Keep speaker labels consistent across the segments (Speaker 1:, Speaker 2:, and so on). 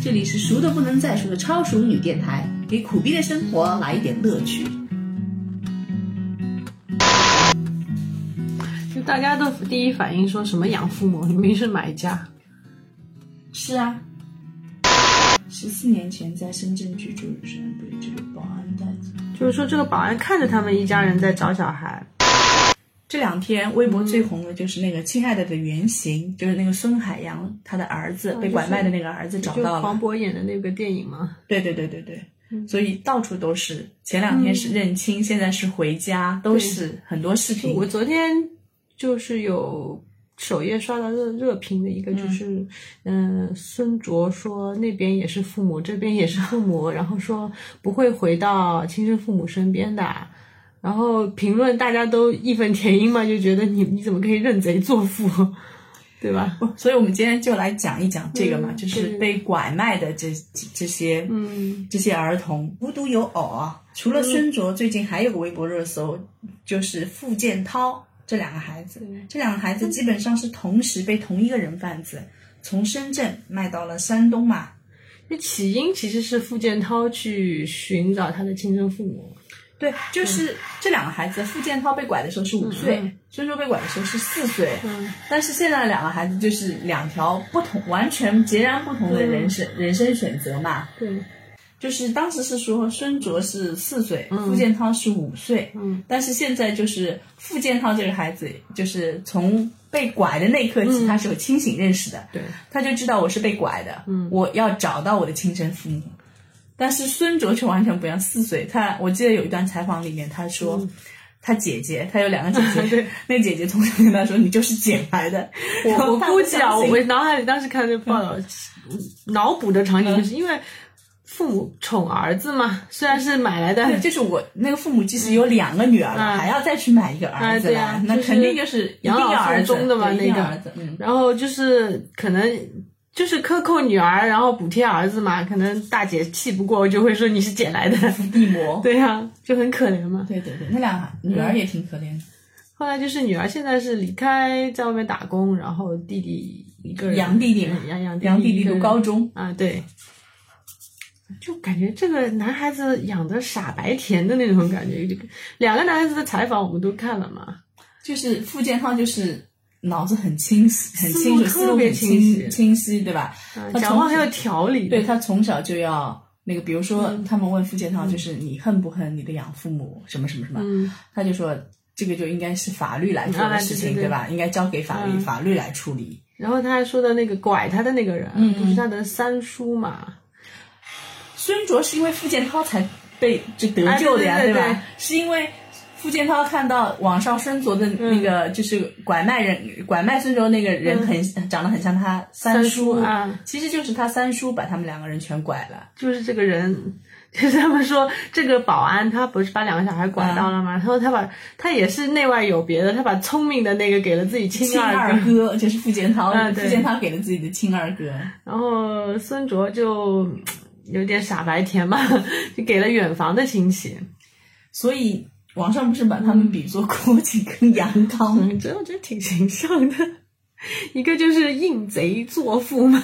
Speaker 1: 这里是熟的不能再熟的超熟女电台，给苦逼的生活来一点乐趣。
Speaker 2: 就大家都第一反应说什么养父母，明明是买家。
Speaker 1: 是啊，十四年前在深圳居住时被这个保安带走。
Speaker 2: 就是说这个保安看着他们一家人在找小孩，
Speaker 1: 这两天微博最红的就是那个《亲爱的》的原型，就是那个孙海洋他的儿子
Speaker 2: 啊
Speaker 1: 被拐卖的那个儿子找
Speaker 2: 就
Speaker 1: 到了
Speaker 2: 黄。渤演的那个电影嘛。
Speaker 1: 对对对对对，
Speaker 2: 嗯
Speaker 1: 所以到处都是。前两天是认亲，现在是回家，都
Speaker 2: 对
Speaker 1: 是很多视频。
Speaker 2: 我昨天就是有首页刷到热热评的一个，就是嗯、呃孙卓说那边也是父母，这边也是父母，然后说不会回到亲生父母身边的。然后评论大家都义愤填膺嘛，就觉得你你怎么可以认贼作父， 对吧？
Speaker 1: 不所以我们今天就来讲一讲这个嘛，
Speaker 2: 嗯
Speaker 1: 就是
Speaker 2: 对对
Speaker 1: 被拐卖的这这这些，
Speaker 2: 嗯，
Speaker 1: 这些儿童。无独有偶啊，除了孙卓，最近还有个微博热搜，就是付建涛这两个孩子
Speaker 2: 对，
Speaker 1: 这两个孩子基本上是同时被同一个人贩子从深圳卖到了山东嘛。
Speaker 2: 那起因其实是付建涛去寻找他的亲生父母，
Speaker 1: 对，就是这两个孩子，付建涛被拐的时候是五岁
Speaker 2: 嗯，
Speaker 1: 孙卓被拐的时候是四岁，
Speaker 2: 嗯，
Speaker 1: 但是现在两个孩子就是两条不同、完全截然不同
Speaker 2: 嗯
Speaker 1: 的人生人生选择嘛。
Speaker 2: 对，
Speaker 1: 就是当时是说孙卓是四岁，
Speaker 2: 嗯
Speaker 1: 付建涛是五岁，
Speaker 2: 嗯，
Speaker 1: 但是现在就是付建涛这个孩子，就是从被拐的那一刻起，
Speaker 2: 嗯
Speaker 1: 他是有清醒认识的，
Speaker 2: 对，
Speaker 1: 他就知道我是被拐的，
Speaker 2: 嗯
Speaker 1: 我要找到我的亲生父母。但是孙卓却完全不一样，四岁，他我记得有一段采访里面，他说。他姐姐，他有两个姐姐，
Speaker 2: 嗯 对
Speaker 1: 那姐姐从小跟他说：“你就是捡来的。
Speaker 2: 我
Speaker 1: 然后
Speaker 2: 我
Speaker 1: 他
Speaker 2: 估计啊，
Speaker 1: 不
Speaker 2: 我
Speaker 1: 相信嗯
Speaker 2: 我脑海里当时看这报道，脑补的场景就是因为父母宠儿子嘛，虽然是买来的，
Speaker 1: 对，就是我那个父母即使有两个女儿了，
Speaker 2: 嗯
Speaker 1: 还要再去买一个儿子来，
Speaker 2: 啊对啊
Speaker 1: 那
Speaker 2: 就是
Speaker 1: 肯定就是一定
Speaker 2: 养老
Speaker 1: 要儿子
Speaker 2: 送终的嘛
Speaker 1: 对一定要
Speaker 2: 那个
Speaker 1: 儿子，嗯，
Speaker 2: 然后就是可能就是克扣女儿，然后补贴儿子嘛，可能大姐气不过就会说你是捡来的，
Speaker 1: 地魔。
Speaker 2: 对呀、就很可怜嘛。
Speaker 1: 对对对，那俩女儿也挺可怜
Speaker 2: 嗯
Speaker 1: 的，
Speaker 2: 后来就是女儿现在是离开在外面打工，然后弟弟一个人
Speaker 1: 养弟弟嘛
Speaker 2: 养养
Speaker 1: 杨弟弟
Speaker 2: 一个
Speaker 1: 读
Speaker 2: 人
Speaker 1: 高中，
Speaker 2: 啊，对，就感觉这个男孩子养的傻白甜的那种感觉。 就两个男孩子的采访我们都看了嘛，
Speaker 1: 就是付建涛就是脑子很清晰，很清楚，
Speaker 2: 思
Speaker 1: 思
Speaker 2: 路
Speaker 1: 路
Speaker 2: 特别
Speaker 1: 很清
Speaker 2: 清晰
Speaker 1: 清晰，对吧？
Speaker 2: 啊
Speaker 1: 他
Speaker 2: 讲
Speaker 1: 从
Speaker 2: 话很有条理。
Speaker 1: 对，他从小就要。那个，比如说，
Speaker 2: 嗯
Speaker 1: 他们问付建涛，就是你恨不恨你的养父母，什么什么什么，
Speaker 2: 嗯，
Speaker 1: 他就说这个就应该是法律来做
Speaker 2: 啊
Speaker 1: 的
Speaker 2: 对
Speaker 1: 事
Speaker 2: 对
Speaker 1: 情，
Speaker 2: 对
Speaker 1: 对吧？应该交给法律，
Speaker 2: 嗯
Speaker 1: 法律来处理。
Speaker 2: 然后他还说的那个拐他的那个人，啊
Speaker 1: 嗯
Speaker 2: 就是他的三叔嘛，
Speaker 1: 孙卓是因为付建涛才被就得救的呀，
Speaker 2: 哎对对对对
Speaker 1: 吧？是因为付建涛看到网上孙卓的那个就是拐卖人、拐卖孙卓那个人
Speaker 2: 嗯
Speaker 1: 很、长得很像他三
Speaker 2: 三
Speaker 1: 叔
Speaker 2: 叔啊
Speaker 1: 其实就是他三叔把他们两个人全拐了。
Speaker 2: 就是这个人。 就是他们说这个保安他不是把两个小孩拐到了
Speaker 1: 嗯
Speaker 2: 吗？他说他把他也是内外有别的，他把聪明的那个给了自己亲
Speaker 1: 亲
Speaker 2: 二
Speaker 1: 二
Speaker 2: 哥，
Speaker 1: 哥就是付建涛，
Speaker 2: 啊对
Speaker 1: 付建涛给了自己的亲二哥。
Speaker 2: 然后孙卓就有点傻白甜嘛， 就给了远房的亲戚。
Speaker 1: 所以网上不是把他们比作 郭靖跟杨康吗？
Speaker 2: 嗯，这我觉得挺形象的。一个就是认贼作父嘛，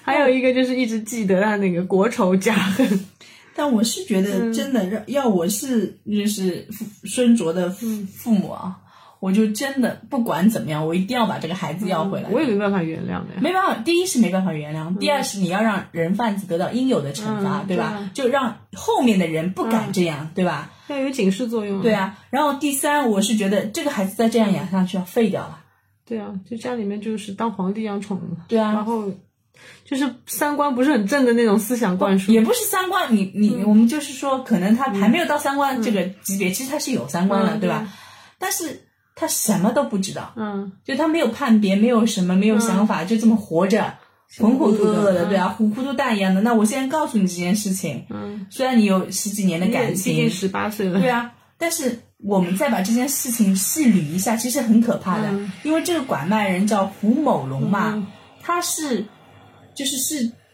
Speaker 2: 还
Speaker 1: 哦
Speaker 2: 有一个就是一直记得他那个国仇家恨。
Speaker 1: 但我是觉
Speaker 2: 嗯
Speaker 1: 得，真的让、要我是就是父孙卓的父
Speaker 2: 嗯
Speaker 1: 父母啊，我就真的不管怎么样，我一定要把这个孩子要回来。
Speaker 2: 嗯我也没办法原谅哎的呀。
Speaker 1: 没办法，第一是没办法原谅，第二是你要让人贩子得到应有的惩罚，
Speaker 2: 嗯
Speaker 1: 对吧？
Speaker 2: 对啊嗯
Speaker 1: 就让后面的人不敢这样，对吧？
Speaker 2: 要有警示作用。
Speaker 1: 对啊。然后第三，我是觉得这个孩子再这样养下去要废掉了。
Speaker 2: 对啊，就家里面就是当皇帝一样宠嘛。
Speaker 1: 对啊
Speaker 2: 然后就是三观不是很正的那种思想灌
Speaker 1: 哦
Speaker 2: 输。
Speaker 1: 也不是三观，你你、
Speaker 2: 嗯
Speaker 1: 我们就是说，可能他还没有到三观这个级别，其实他是有三观了，
Speaker 2: 嗯
Speaker 1: 对吧？但是他什么都不知道，
Speaker 2: 嗯，
Speaker 1: 就他没有判别，没有什么，没有想法，就这么活着，浑浑噩噩的，
Speaker 2: 嗯
Speaker 1: 对啊，糊糊涂蛋一样的。那我现在告诉你这件事情，
Speaker 2: 嗯，
Speaker 1: 虽然你有十几年的感
Speaker 2: 毕竟
Speaker 1: 情，
Speaker 2: 十八岁了
Speaker 1: 对。啊，但是我们再把这件事情细捋一下，其实很可怕的，
Speaker 2: 嗯
Speaker 1: 因为这个拐卖人叫胡某龙嘛，
Speaker 2: 嗯
Speaker 1: 他是就是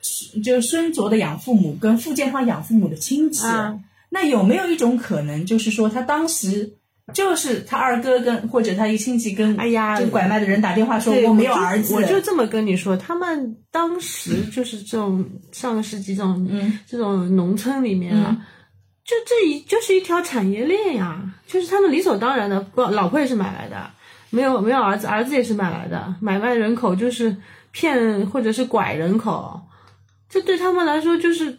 Speaker 1: 是就是孙卓的养父母跟傅建涛养父母的亲戚。
Speaker 2: 啊
Speaker 1: 那有没有一种可能，就是说他当时就是他二哥跟或者他一亲戚跟
Speaker 2: 哎呀
Speaker 1: 这个啊拐卖的人打电话说
Speaker 2: 对
Speaker 1: 我没有
Speaker 2: 就
Speaker 1: 儿子，
Speaker 2: 我就这么跟你说，他们当时就是这种上个世纪这种、
Speaker 1: 嗯
Speaker 2: 这种农村里面啊，就这一就是一条产业链呀、就是他们理所当然的，不老婆也是买来的，没有没有儿子，儿子也是买来的，买卖人口就是骗或者是拐人口，这对他们来说就是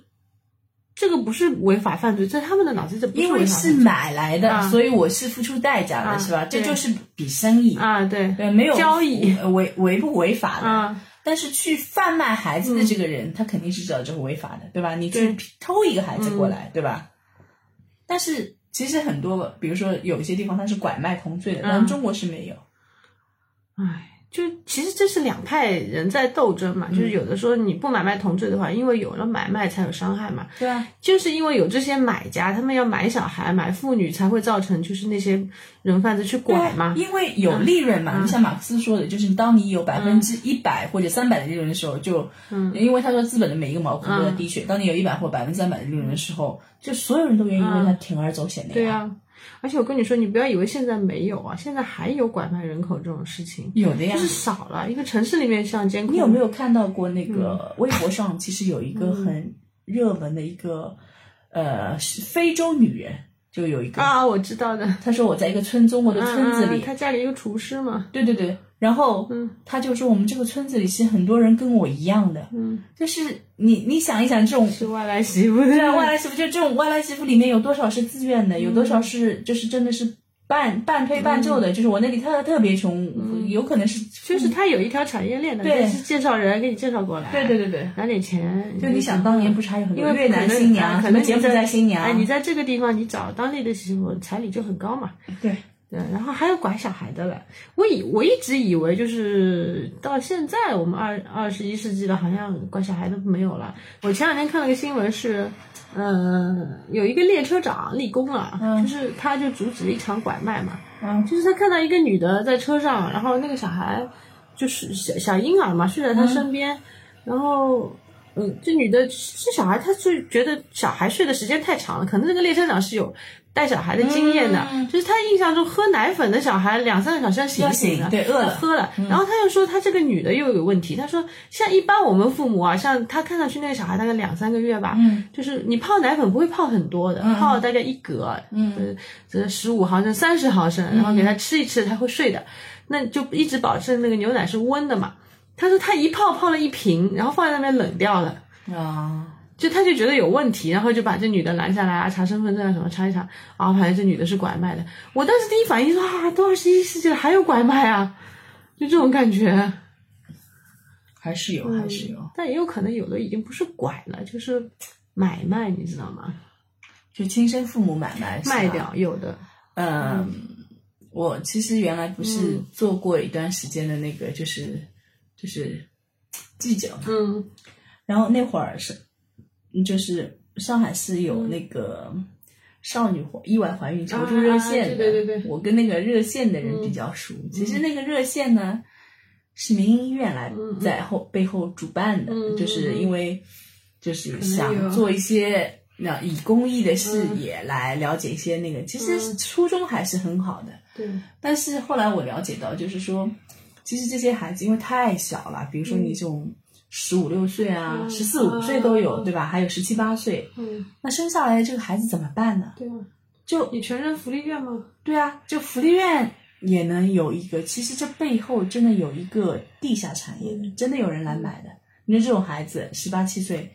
Speaker 2: 这个不是违法犯罪，在他们的脑子里这不
Speaker 1: 因
Speaker 2: 违
Speaker 1: 为
Speaker 2: 法
Speaker 1: 是
Speaker 2: 犯罪
Speaker 1: 买来的，
Speaker 2: 啊
Speaker 1: 所以我是付出代价的，
Speaker 2: 啊
Speaker 1: 是吧？这
Speaker 2: 对
Speaker 1: 就是比生意，
Speaker 2: 啊，对
Speaker 1: 对，没有
Speaker 2: 交易
Speaker 1: 呃违违不违法的。
Speaker 2: 啊，
Speaker 1: 但是去贩卖孩子的这个人，他肯定是知道这是违法嗯的，对嗯吧？你去
Speaker 2: 对
Speaker 1: 偷一个孩子过来，对吧？但是其实很多，比如说有一些地方他是拐卖同罪的，但
Speaker 2: 嗯
Speaker 1: 中国是没有。
Speaker 2: 唉，就其实这是两派人在斗争嘛，
Speaker 1: 嗯
Speaker 2: 就是有的说你不买卖同罪的话，因为有了买卖才有伤害嘛，
Speaker 1: 对啊，
Speaker 2: 就是因为有这些买家，他们要买小孩、买妇女，才会造成就是那些人贩子去拐嘛。
Speaker 1: 因为
Speaker 2: 嗯
Speaker 1: 有利润嘛，就像马克思说的，就是当你有百分之一百或者三百的利润的时候，就，
Speaker 2: 嗯
Speaker 1: 因为他说资本的每一个毛孔都在滴血，当你有一百或百分之三百的利润的时候，就所有人都愿意为他铤而走险的
Speaker 2: 嗯对
Speaker 1: 呀。
Speaker 2: 啊，而且我跟你说，你不要以为现在没有啊，现在还有拐卖人口这种事情，
Speaker 1: 有的呀
Speaker 2: 就，是少了。一个城市里面像监控，
Speaker 1: 嗯你有没有看到过那
Speaker 2: 嗯
Speaker 1: 个微博上其实有一个很热门的一个，呃，是非洲女人，就有一个，
Speaker 2: 嗯啊？我知道的，
Speaker 1: 她说我在一个村中国的村子
Speaker 2: 啊啊
Speaker 1: 里，
Speaker 2: 他家里有厨师嘛，
Speaker 1: 对对对，然后
Speaker 2: 嗯
Speaker 1: 她就说我们这个村子里是很多人跟我一样的，
Speaker 2: 嗯，
Speaker 1: 就是你你想一想这种。
Speaker 2: 是外来媳妇的。
Speaker 1: 对啊，外来媳妇就这种外来媳妇里面有多少是自愿的，有多
Speaker 2: 嗯
Speaker 1: 少是就是真的是半半推半就的，就是我那里特特别穷，
Speaker 2: 嗯
Speaker 1: 有可能是
Speaker 2: 就是他有一条产业链的，
Speaker 1: 对
Speaker 2: 就是介绍人给你介绍过来，
Speaker 1: 对对对对，
Speaker 2: 拿点钱。
Speaker 1: 就你想当年不是还有很
Speaker 2: 因
Speaker 1: 多越
Speaker 2: 为
Speaker 1: 南
Speaker 2: 可能啊
Speaker 1: 新娘、
Speaker 2: 可
Speaker 1: 什么
Speaker 2: 能
Speaker 1: 柬
Speaker 2: 你
Speaker 1: 埔
Speaker 2: 在
Speaker 1: 寨新娘，
Speaker 2: 哎，你在这个地方你找当地的媳妇，彩礼就很高嘛。
Speaker 1: 对
Speaker 2: 对，然后还有拐小孩的了。我以我一直以为就是到现在我们二二十一世纪了，好像拐小孩的没有了。我前两天看了个新闻是，嗯、有一个列车长立功了，就是他就阻止了一场拐卖嘛。
Speaker 1: 嗯
Speaker 2: 就是他看到一个女的在车上，然后那个小孩就是小小婴儿嘛，睡在他
Speaker 1: 嗯
Speaker 2: 身边，然后。嗯，这女的这小孩，她是觉得小孩睡的时间太长了，可能这个列车长是有带小孩的经验的，
Speaker 1: 嗯
Speaker 2: 就是他印象中喝奶粉的小孩两三个小时要醒
Speaker 1: 要
Speaker 2: 一醒
Speaker 1: 醒
Speaker 2: 的，
Speaker 1: 对饿了嗯
Speaker 2: 要喝了。然后他又说他这个女的又有问题，他说像一般我们父母啊，像他看上去那个小孩大概两三个月吧，
Speaker 1: 嗯
Speaker 2: 就是你泡奶粉不会泡很多的，泡大概一格，嗯，这十五毫升、三十毫升，
Speaker 1: 嗯
Speaker 2: 然后给他吃一吃，他会睡的。那就一直保证那个牛奶是温的嘛。他说他一泡泡了一瓶，然后放在那边冷掉了。
Speaker 1: 啊，
Speaker 2: 就他就觉得有问题，然后就把这女的拦下来啊，查身份证啊什么，查一查啊，反正这女的是拐卖的。我当时第一反应说啊，都二十一世纪了，还有拐卖啊，就这种感觉。
Speaker 1: 还是有还是有，
Speaker 2: 但也有可能有的已经不是拐了，就是买卖，你知道吗？
Speaker 1: 就亲生父母买卖是吧
Speaker 2: 卖掉有的，
Speaker 1: 嗯，我其实原来不是
Speaker 2: 嗯
Speaker 1: 做过一段时间的那个，就是就是记者嘛，
Speaker 2: 嗯
Speaker 1: 然后那会儿是，嗯就是上海市有那个少女怀意外怀孕求助热线的，
Speaker 2: 嗯啊对对嗯对对
Speaker 1: 我跟那个热线的人比较熟。其实那个热线呢，是民营医院来
Speaker 2: 嗯
Speaker 1: 在后背后主办的，
Speaker 2: 嗯
Speaker 1: 就是因为就是
Speaker 2: 可能
Speaker 1: 想
Speaker 2: 有嗯
Speaker 1: 做一些。那以公益的视野来了解一些那个，其实初衷还是很好的。
Speaker 2: 对，
Speaker 1: 但是后来我了解到，就是说，其实这些孩子因为太小了，比如说你这种十五六岁啊、
Speaker 2: 嗯
Speaker 1: 十四五岁都有，
Speaker 2: 嗯
Speaker 1: 对吧？还有十七八岁，
Speaker 2: 嗯
Speaker 1: 那生下来这个孩子怎么办呢？
Speaker 2: 对啊，
Speaker 1: 就
Speaker 2: 你全人福利院吗？
Speaker 1: 对啊，就福利院也能有一个，其实这背后真的有一个地下产业
Speaker 2: 嗯
Speaker 1: 的，真的有人来买的。你说这种孩子十八七岁，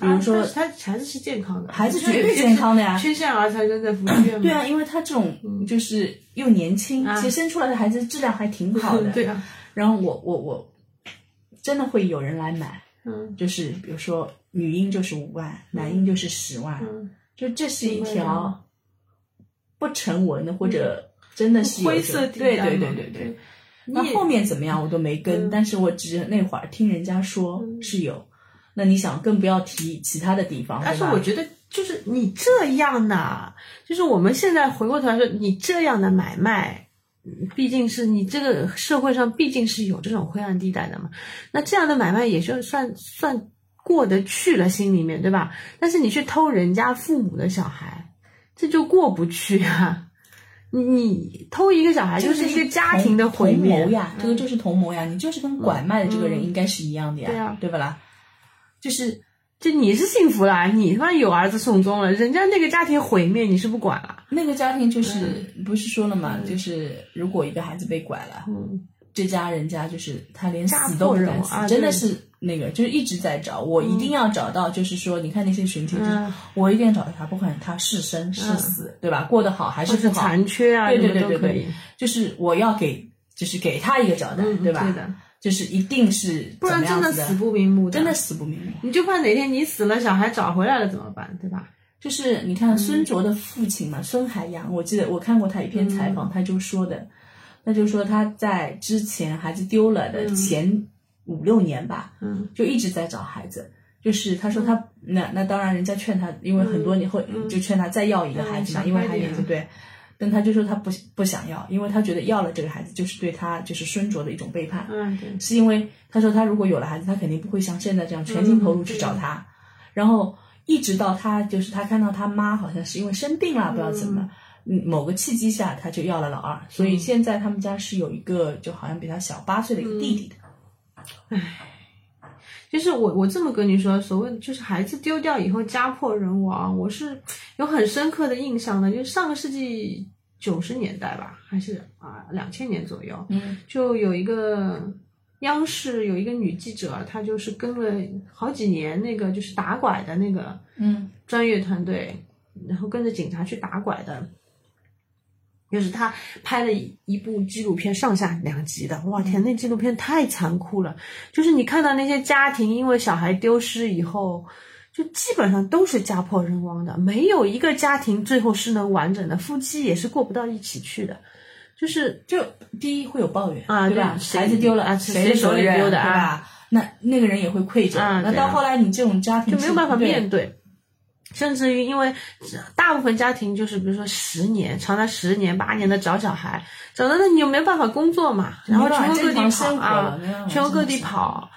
Speaker 1: 比如说
Speaker 2: 他孩子是健康的，
Speaker 1: 孩子绝对健康的呀
Speaker 2: 缺陷儿才扔在福利 院嘛。
Speaker 1: 对啊，因为他这种就是又年轻，
Speaker 2: 嗯啊
Speaker 1: 其实生出来的孩子质量还挺好的。
Speaker 2: 对啊，
Speaker 1: 然后我我我真的会有人来买，
Speaker 2: 嗯
Speaker 1: 就是比如说女婴就是五万，男婴就是十万，
Speaker 2: 嗯，
Speaker 1: 就这是一
Speaker 2: 明白
Speaker 1: 条不成文的或者真的是有
Speaker 2: 灰
Speaker 1: 着
Speaker 2: 色地
Speaker 1: 对
Speaker 2: 带
Speaker 1: 对
Speaker 2: 嘛
Speaker 1: 对对对。。
Speaker 2: 你
Speaker 1: 那
Speaker 2: 也
Speaker 1: 后面怎么样我都没跟，
Speaker 2: 嗯
Speaker 1: 但是我只是那会儿听人家说是有。那你想更不要提其他的地方，
Speaker 2: 但
Speaker 1: 对
Speaker 2: 是
Speaker 1: 吧
Speaker 2: 我觉得，就是你这样的，就是我们现在回过头来说，你这样的买卖，嗯毕竟是你这个社会上毕竟是有这种灰暗地带的嘛。那这样的买卖也就算算过得去了，心里面对吧？但是你去偷人家父母的小孩，这就过不去啊。你偷一个小孩就是一个家庭的啊毁
Speaker 1: 同
Speaker 2: 灭
Speaker 1: 谋呀，这个就是同谋呀，你就是跟拐卖的这个人应该是一样的呀，
Speaker 2: 嗯对啊
Speaker 1: 对不啦？就是
Speaker 2: 就你是幸福啦，你他妈有儿子送终了，人家那个家庭毁灭，你是不管了。
Speaker 1: 那个家庭就是、不是说了嘛，就是如果一个孩子被拐了，
Speaker 2: 嗯
Speaker 1: 这家人家就是他连
Speaker 2: 家
Speaker 1: 死都不
Speaker 2: 破人
Speaker 1: 敢
Speaker 2: 亡
Speaker 1: 死，
Speaker 2: 啊
Speaker 1: 真的
Speaker 2: 对
Speaker 1: 是那个就是一直在找，我一定要找到，就是说你看那些群体，就是
Speaker 2: 嗯
Speaker 1: 我一定要找到他，不管他是生是死，对吧？过得好还
Speaker 2: 或
Speaker 1: 是
Speaker 2: 者
Speaker 1: 不好，
Speaker 2: 残缺啊，
Speaker 1: 对对
Speaker 2: 什么
Speaker 1: 对
Speaker 2: 都可
Speaker 1: 对
Speaker 2: 以
Speaker 1: 对，，就是我要给，就是给他一个交代，嗯对吧？
Speaker 2: 嗯对的，
Speaker 1: 就是一定是
Speaker 2: 不然
Speaker 1: 怎么
Speaker 2: 真
Speaker 1: 样
Speaker 2: 的
Speaker 1: 子
Speaker 2: 死不瞑目
Speaker 1: 真的死不瞑目。
Speaker 2: 你就怕哪天你死了，小孩找回来了怎么办，对吧？
Speaker 1: 就是你
Speaker 2: 嗯
Speaker 1: 看孙卓的父亲嘛，孙海洋，我记得我看过他一篇采
Speaker 2: 嗯
Speaker 1: 访，他就说的，那就说他在之前孩子丢了的前五六年吧，
Speaker 2: 嗯，
Speaker 1: 就一直在找孩子。就是他说他、那那当然人家劝他，因为很多你会、就劝他再要一个孩子嘛，
Speaker 2: 嗯
Speaker 1: 因为
Speaker 2: 想
Speaker 1: 还
Speaker 2: 快
Speaker 1: 年
Speaker 2: 点
Speaker 1: 轻对。但他就说他不不想要，因为他觉得要了这个孩子就是对他就是孙卓的一种背叛。
Speaker 2: 嗯，对，
Speaker 1: 是因为他说他如果有了孩子，他肯定不会像现在这样全心投
Speaker 2: 嗯
Speaker 1: 入去找他。然后一直到他就是他看到他妈好像是因为生病了，不知道怎么了。嗯，某个契机下，他就要了老二，所
Speaker 2: 嗯
Speaker 1: 以现在他们家是有一个就好像比他小八岁的一个弟弟的。
Speaker 2: 就是我我这么跟你说，所谓的就是孩子丢掉以后家破人亡，我是有很深刻的印象的，就是上个世纪九十年代吧，还是啊两千年左右，
Speaker 1: 嗯
Speaker 2: 就有一个央视有一个女记者，她就是跟了好几年那个就是打拐的那个
Speaker 1: 嗯
Speaker 2: 专业团队，然后跟着警察去打拐的。就是她拍了一一部纪录片，上下两集的，哇天，那纪录片太残酷了。就是你看到那些家庭因为小孩丢失以后，就基本上都是家破人亡的，没有一个家庭最后是能完整的，夫妻也是过不到一起去的，就是
Speaker 1: 就第一会有抱怨
Speaker 2: 啊
Speaker 1: 对吧？
Speaker 2: 对谁
Speaker 1: 孩子丢了，
Speaker 2: 啊
Speaker 1: 谁
Speaker 2: 谁
Speaker 1: 的手里
Speaker 2: 手里
Speaker 1: 丢
Speaker 2: 丢
Speaker 1: 的
Speaker 2: 的
Speaker 1: 对吧？那那个人也会愧疚。
Speaker 2: 啊
Speaker 1: 那
Speaker 2: 对
Speaker 1: 到
Speaker 2: 啊
Speaker 1: 后来你这种家庭
Speaker 2: 就没有
Speaker 1: 是
Speaker 2: 办法
Speaker 1: 对
Speaker 2: 面对。甚至于，因为大部分家庭就是，比如说十年，长达十年、八年的找小孩，找到那你又没有办法工作嘛，然后
Speaker 1: 没办法
Speaker 2: 全国各
Speaker 1: 正常
Speaker 2: 地跑
Speaker 1: 生活嗯了
Speaker 2: 啊
Speaker 1: 没办法，
Speaker 2: 全国各地
Speaker 1: 正常
Speaker 2: 跑，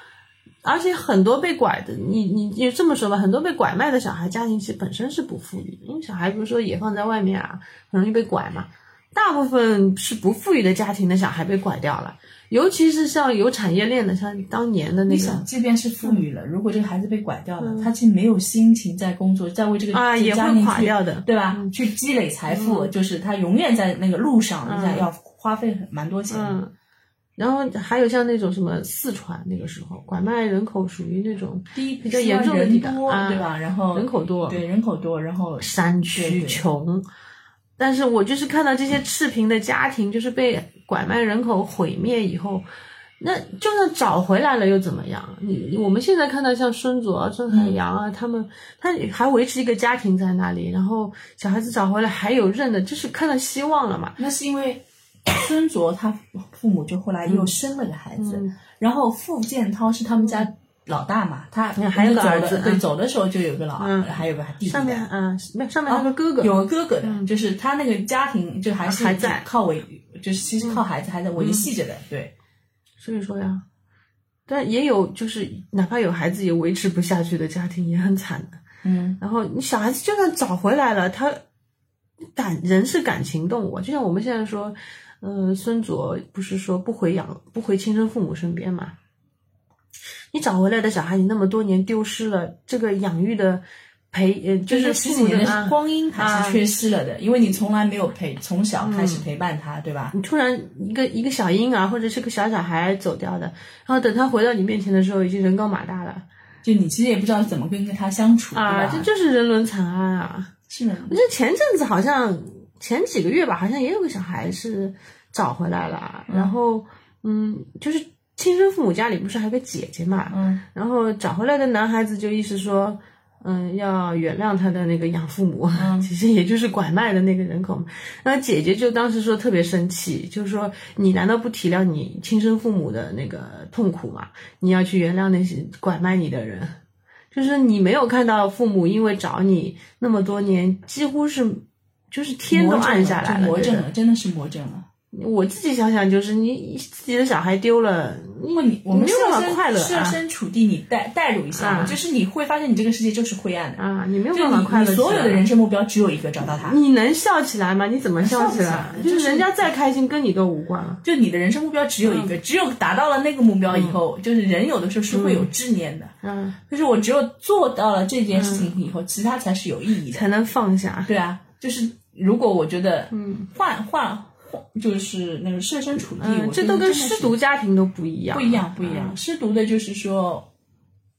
Speaker 2: 而且很多被拐的，你你你这么说吧，很多被拐卖的小孩家庭其实本身是不富裕的，因为小孩比如说也放在外面啊，很容易被拐嘛。大部分是不富裕的家庭的小孩被拐掉了，尤其是像有产业链的，像当年的那
Speaker 1: 你
Speaker 2: 个嗯
Speaker 1: 想，即便是妇女了，如果这个孩子被拐掉了，她其实没有心情在工作，在为这个
Speaker 2: 啊
Speaker 1: 这个
Speaker 2: 也
Speaker 1: 家
Speaker 2: 会
Speaker 1: 庭
Speaker 2: 垮
Speaker 1: 去
Speaker 2: 掉嗯的
Speaker 1: 对吧？去积累财富，就是她永远在那个路上，人家要花费很蛮多钱的。
Speaker 2: 嗯，然后还有像那种什么四川那个时候，拐卖人口属于那种
Speaker 1: 第一，
Speaker 2: 比较严重的地
Speaker 1: 人
Speaker 2: 带
Speaker 1: 多，
Speaker 2: 啊
Speaker 1: 对吧？然后
Speaker 2: 人口多，
Speaker 1: 对人口多，然后
Speaker 2: 山
Speaker 1: 对
Speaker 2: 区
Speaker 1: 对
Speaker 2: 穷。但是我就是看到这些赤贫的家庭，就是被拐卖人口毁灭以后，那就算找回来了又怎么样？你我们现在看到像孙卓、啊、孙海洋
Speaker 1: 嗯
Speaker 2: 啊，他们他还维持一个家庭在那里，然后小孩子找回来还有认的，就是看到希望了嘛。
Speaker 1: 那是因为孙卓他父母就后来又生了个孩子，
Speaker 2: 嗯
Speaker 1: 然后付建涛是他们家老大嘛，他
Speaker 2: 嗯还有个
Speaker 1: 走的
Speaker 2: 儿子
Speaker 1: 对，
Speaker 2: 嗯
Speaker 1: 走的时候就有个老二，
Speaker 2: 嗯
Speaker 1: 还有个弟弟
Speaker 2: 上
Speaker 1: 的哦
Speaker 2: 面嗯，没有上面还有个哥哥，嗯
Speaker 1: 有个哥哥的，就是他那个家庭就还是
Speaker 2: 还在嗯
Speaker 1: 靠维，就是其实靠孩子还在维系着的，对。
Speaker 2: 所以说呀，但也有就是哪怕有孩子也维持不下去的家庭也很惨的。
Speaker 1: 嗯，
Speaker 2: 然后你小孩子就算找回来了，他感人是感情动物啊，就像我们现在说，呃，孙卓不是说不回养不回亲生父母身边嘛？你找回来的小孩，你那么多年丢失了，这个养育的培呃，就
Speaker 1: 就是是
Speaker 2: 父
Speaker 1: 十
Speaker 2: 母
Speaker 1: 几年
Speaker 2: 啊嗯
Speaker 1: 的光阴还是缺失了的，因为你从来没有陪，从小开始陪伴他，对吧？
Speaker 2: 你突然一个一个小婴儿或者是个小小孩走掉的，然后等他回到你面前的时候，已经人高马大了
Speaker 1: 就你其实也不知道怎么跟他相处，
Speaker 2: 啊，
Speaker 1: 对
Speaker 2: 这
Speaker 1: 吧？
Speaker 2: 就是人伦惨案啊！
Speaker 1: 是的，
Speaker 2: 我觉得前阵子好像前几个月吧，好像也有个小孩是找回来了，啊然后嗯，就是亲生父母家里不是还有个姐姐嘛，
Speaker 1: 嗯，
Speaker 2: 然后找回来的男孩子就意思说。嗯，要原谅他的那个养父母，
Speaker 1: 嗯
Speaker 2: 其实也就是拐卖的那个人口嘛。那姐姐就当时说特别生气，就说你难道不体谅你亲生父母的那个痛苦吗？你要去原谅那些拐卖你的人，就是你没有看到父母因为找你那么多年，几乎是就是天都暗下来
Speaker 1: 就
Speaker 2: 了，
Speaker 1: 魔
Speaker 2: 对
Speaker 1: 怔
Speaker 2: 的
Speaker 1: 了，真的是魔怔了。
Speaker 2: 我自己想想，就是你自己的小孩丢了，你
Speaker 1: 那你我们
Speaker 2: 没有办法快乐
Speaker 1: 设
Speaker 2: 啊
Speaker 1: 身处地，你带带入一下嘛，
Speaker 2: 啊
Speaker 1: 就是你会发现你这个世界就是灰暗的，
Speaker 2: 啊，你没有
Speaker 1: 就
Speaker 2: 办法
Speaker 1: 你
Speaker 2: 快
Speaker 1: 你
Speaker 2: 乐起来。
Speaker 1: 所有的人生目标只有一个，找到他。
Speaker 2: 你能笑起来吗？你怎么笑起
Speaker 1: 笑
Speaker 2: 来
Speaker 1: 不？起来
Speaker 2: 就
Speaker 1: 就是
Speaker 2: 是人家再开心，跟你都无关了。
Speaker 1: 就你的人生目标只有一个，
Speaker 2: 嗯
Speaker 1: 只有达到了那个目标以后，就是人有的时候是会有执念的，
Speaker 2: 嗯，
Speaker 1: 就是我只有做到了这件事情以后，其他才是有意义的。
Speaker 2: 才能放下。
Speaker 1: 对啊，就是如果我觉得，嗯，换换换，就是那种设身处地，
Speaker 2: 嗯，
Speaker 1: 我觉
Speaker 2: 这
Speaker 1: 得
Speaker 2: 都跟
Speaker 1: 哎真的
Speaker 2: 失
Speaker 1: 是
Speaker 2: 独家庭都不一样，
Speaker 1: 不一样，不一样。失独的就是说，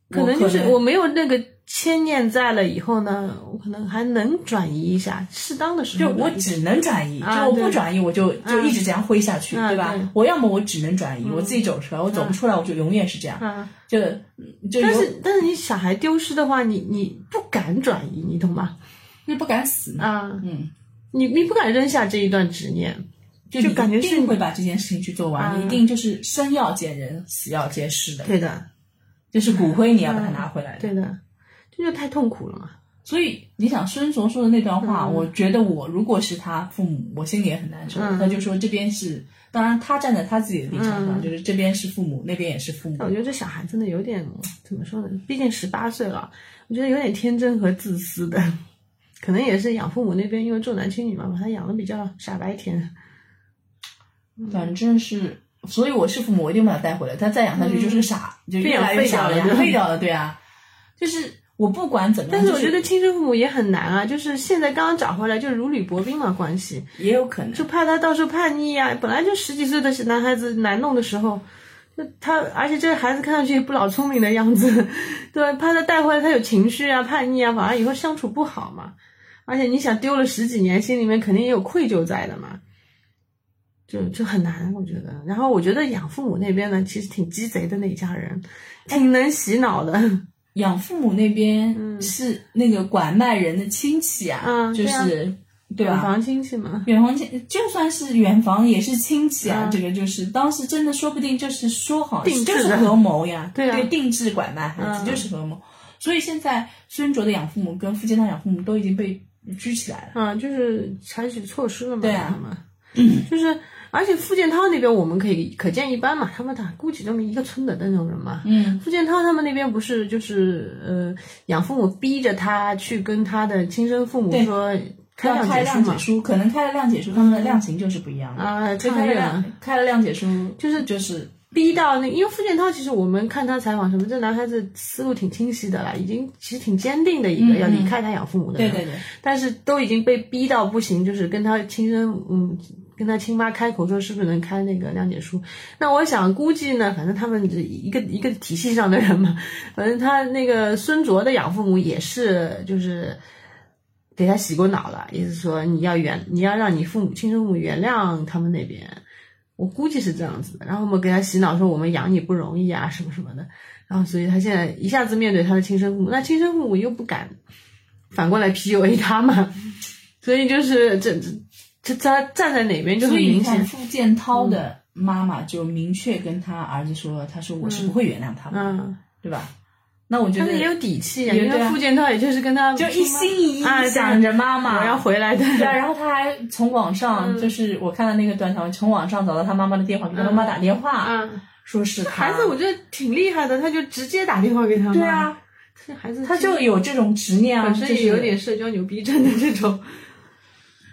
Speaker 2: 嗯可能就是
Speaker 1: 我
Speaker 2: 我没有那个牵念在了，以后呢，我可能还能转移一下，适当的时
Speaker 1: 就
Speaker 2: 候
Speaker 1: 我
Speaker 2: 转移
Speaker 1: 只能转移，
Speaker 2: 啊
Speaker 1: 就我不
Speaker 2: 对
Speaker 1: 转移，我就就一直这样挥下去，
Speaker 2: 啊
Speaker 1: 对吧
Speaker 2: 对？嗯
Speaker 1: 我要么我只能转移，我自己走出来，我走不出来，我就永远是这样，
Speaker 2: 啊。
Speaker 1: 就就
Speaker 2: 但
Speaker 1: 有
Speaker 2: 是但是你小孩丢失的话，你你不敢转移，你懂吗？
Speaker 1: 就不敢死嘛，
Speaker 2: 啊，
Speaker 1: 嗯，
Speaker 2: 你你不敢扔下这一段执念，
Speaker 1: 就你
Speaker 2: 就感觉
Speaker 1: 一
Speaker 2: 是
Speaker 1: 定
Speaker 2: 你
Speaker 1: 会把这件事情去做完，
Speaker 2: 啊
Speaker 1: 你一定就是生要见人，死要见尸的，
Speaker 2: 对的，
Speaker 1: 就是骨灰你要
Speaker 2: 嗯
Speaker 1: 把它拿回来的。
Speaker 2: 对的，这就太痛苦了嘛。
Speaker 1: 所以你想孙卓说的那段话，我觉得我如果是他父母，我心里也很难受。
Speaker 2: 嗯
Speaker 1: 他就说这边是，当然他站在他自己的立场上，
Speaker 2: 嗯
Speaker 1: 就是这边是父母，那边也是父母
Speaker 2: 但。我觉得这小孩真的有点怎么说呢？毕竟十八岁了，我觉得有点天真和自私的，可能也是养父母那边因为重男轻女嘛，把他养的比较傻白甜。嗯
Speaker 1: 反正是，所以我是父母，我一定把他带回来。他再养下去就是个傻，就越来越傻了呀
Speaker 2: 嗯废掉，了
Speaker 1: 废掉了，对啊。就是我不管怎么样，
Speaker 2: 但是我觉
Speaker 1: 就
Speaker 2: 得亲生父母也很难啊，就是现在刚刚找回来就如履薄冰嘛，关系
Speaker 1: 也有可能，
Speaker 2: 就怕他到时候叛逆啊，本来就十几岁的男孩子难弄的时候。就他，而且这孩子看上去也不老聪明的样子， 对吧？怕他带回来他有情绪啊、叛逆啊，反而以后相处不好嘛。而且你想丢了十几年，心里面肯定也有愧疚在的嘛，就就很难，我觉得。然后我觉得养父母那边呢，其实挺鸡贼的那一家人，挺能洗脑的。
Speaker 1: 养父母那边是那个拐卖人的亲戚啊，
Speaker 2: 嗯
Speaker 1: 就
Speaker 2: 对啊
Speaker 1: 是对 吧？
Speaker 2: 远房亲戚嘛，
Speaker 1: 远房亲就算是远房也是亲戚啊，
Speaker 2: 嗯
Speaker 1: 这个就是当时真的说不定就是说好
Speaker 2: 定制
Speaker 1: 就
Speaker 2: 的
Speaker 1: 是合谋呀，
Speaker 2: 对啊
Speaker 1: 定制拐卖孩子、
Speaker 2: 嗯
Speaker 1: 就是合谋，所以现在孙卓的养父母跟傅建堂养父母都已经被拘起来了，
Speaker 2: 嗯，就是采取措施了嘛，
Speaker 1: 对啊
Speaker 2: 他们， 就是而且傅建涛那边我们可以可见一斑嘛，他们打估计这么一个村的那种人嘛。
Speaker 1: 嗯，
Speaker 2: 傅建涛他们那边不是就是呃，养父母逼着他去跟他的亲生父母
Speaker 1: 对
Speaker 2: 说开
Speaker 1: 要
Speaker 2: 谅
Speaker 1: 开
Speaker 2: 解书
Speaker 1: 谅
Speaker 2: 嘛
Speaker 1: 解，书，可能开了谅解书，他们的量刑就是不一样的，
Speaker 2: 啊，
Speaker 1: 就
Speaker 2: 唱
Speaker 1: 开了
Speaker 2: 月
Speaker 1: 谅
Speaker 2: 了。
Speaker 1: 开了谅解书，就是就是
Speaker 2: 逼到那，因为傅建涛其实我们看他采访什么，这男孩子思路挺清晰的啦，已经其实挺坚定的一个
Speaker 1: 嗯
Speaker 2: 要
Speaker 1: 嗯
Speaker 2: 离开他养父母的
Speaker 1: 对
Speaker 2: 人，
Speaker 1: 对对，
Speaker 2: 但是都已经被逼到不行，就是跟他亲生，嗯，跟他亲妈开口说是不是能开那个谅解书。那我想估计呢，反正他们这一个一个体系上的人嘛，反正他那个孙卓的养父母也是，就是给他洗过脑了，也是说你要原你要让你父母亲生父母原谅他们那边。我估计是这样子的，然后我们给他洗脑说我们养你不容易啊，什么什么的，然后所以他现在一下子面对他的亲生父母，那亲生父母又不敢反过来 PUA 他嘛，所以就是这这这他站在哪边就很
Speaker 1: 所以你
Speaker 2: 明
Speaker 1: 看
Speaker 2: 显，
Speaker 1: 傅建涛
Speaker 2: 嗯
Speaker 1: 的妈妈就明确跟他儿子说，他说我是不会原谅他们的，
Speaker 2: 嗯，
Speaker 1: 对吧？那我觉
Speaker 2: 他
Speaker 1: 得
Speaker 2: 们也有底气呀、
Speaker 1: 也
Speaker 2: 因
Speaker 1: 对啊
Speaker 2: 为傅建涛也就是跟他啊
Speaker 1: 就一心一意想着妈妈，
Speaker 2: 我要回嗯来的，
Speaker 1: 对啊，然后他还从网上，就是我看到那个短条，从网上找到他妈妈的电话，给他妈妈打电话，
Speaker 2: 嗯，
Speaker 1: 说是他
Speaker 2: 孩子我觉得挺厉害的，他就直接打电话给他妈，
Speaker 1: 对，啊，
Speaker 2: 这孩子
Speaker 1: 他就有这种执念啊，
Speaker 2: 本
Speaker 1: 就
Speaker 2: 身也
Speaker 1: 是
Speaker 2: 有，点社交牛逼症的这种，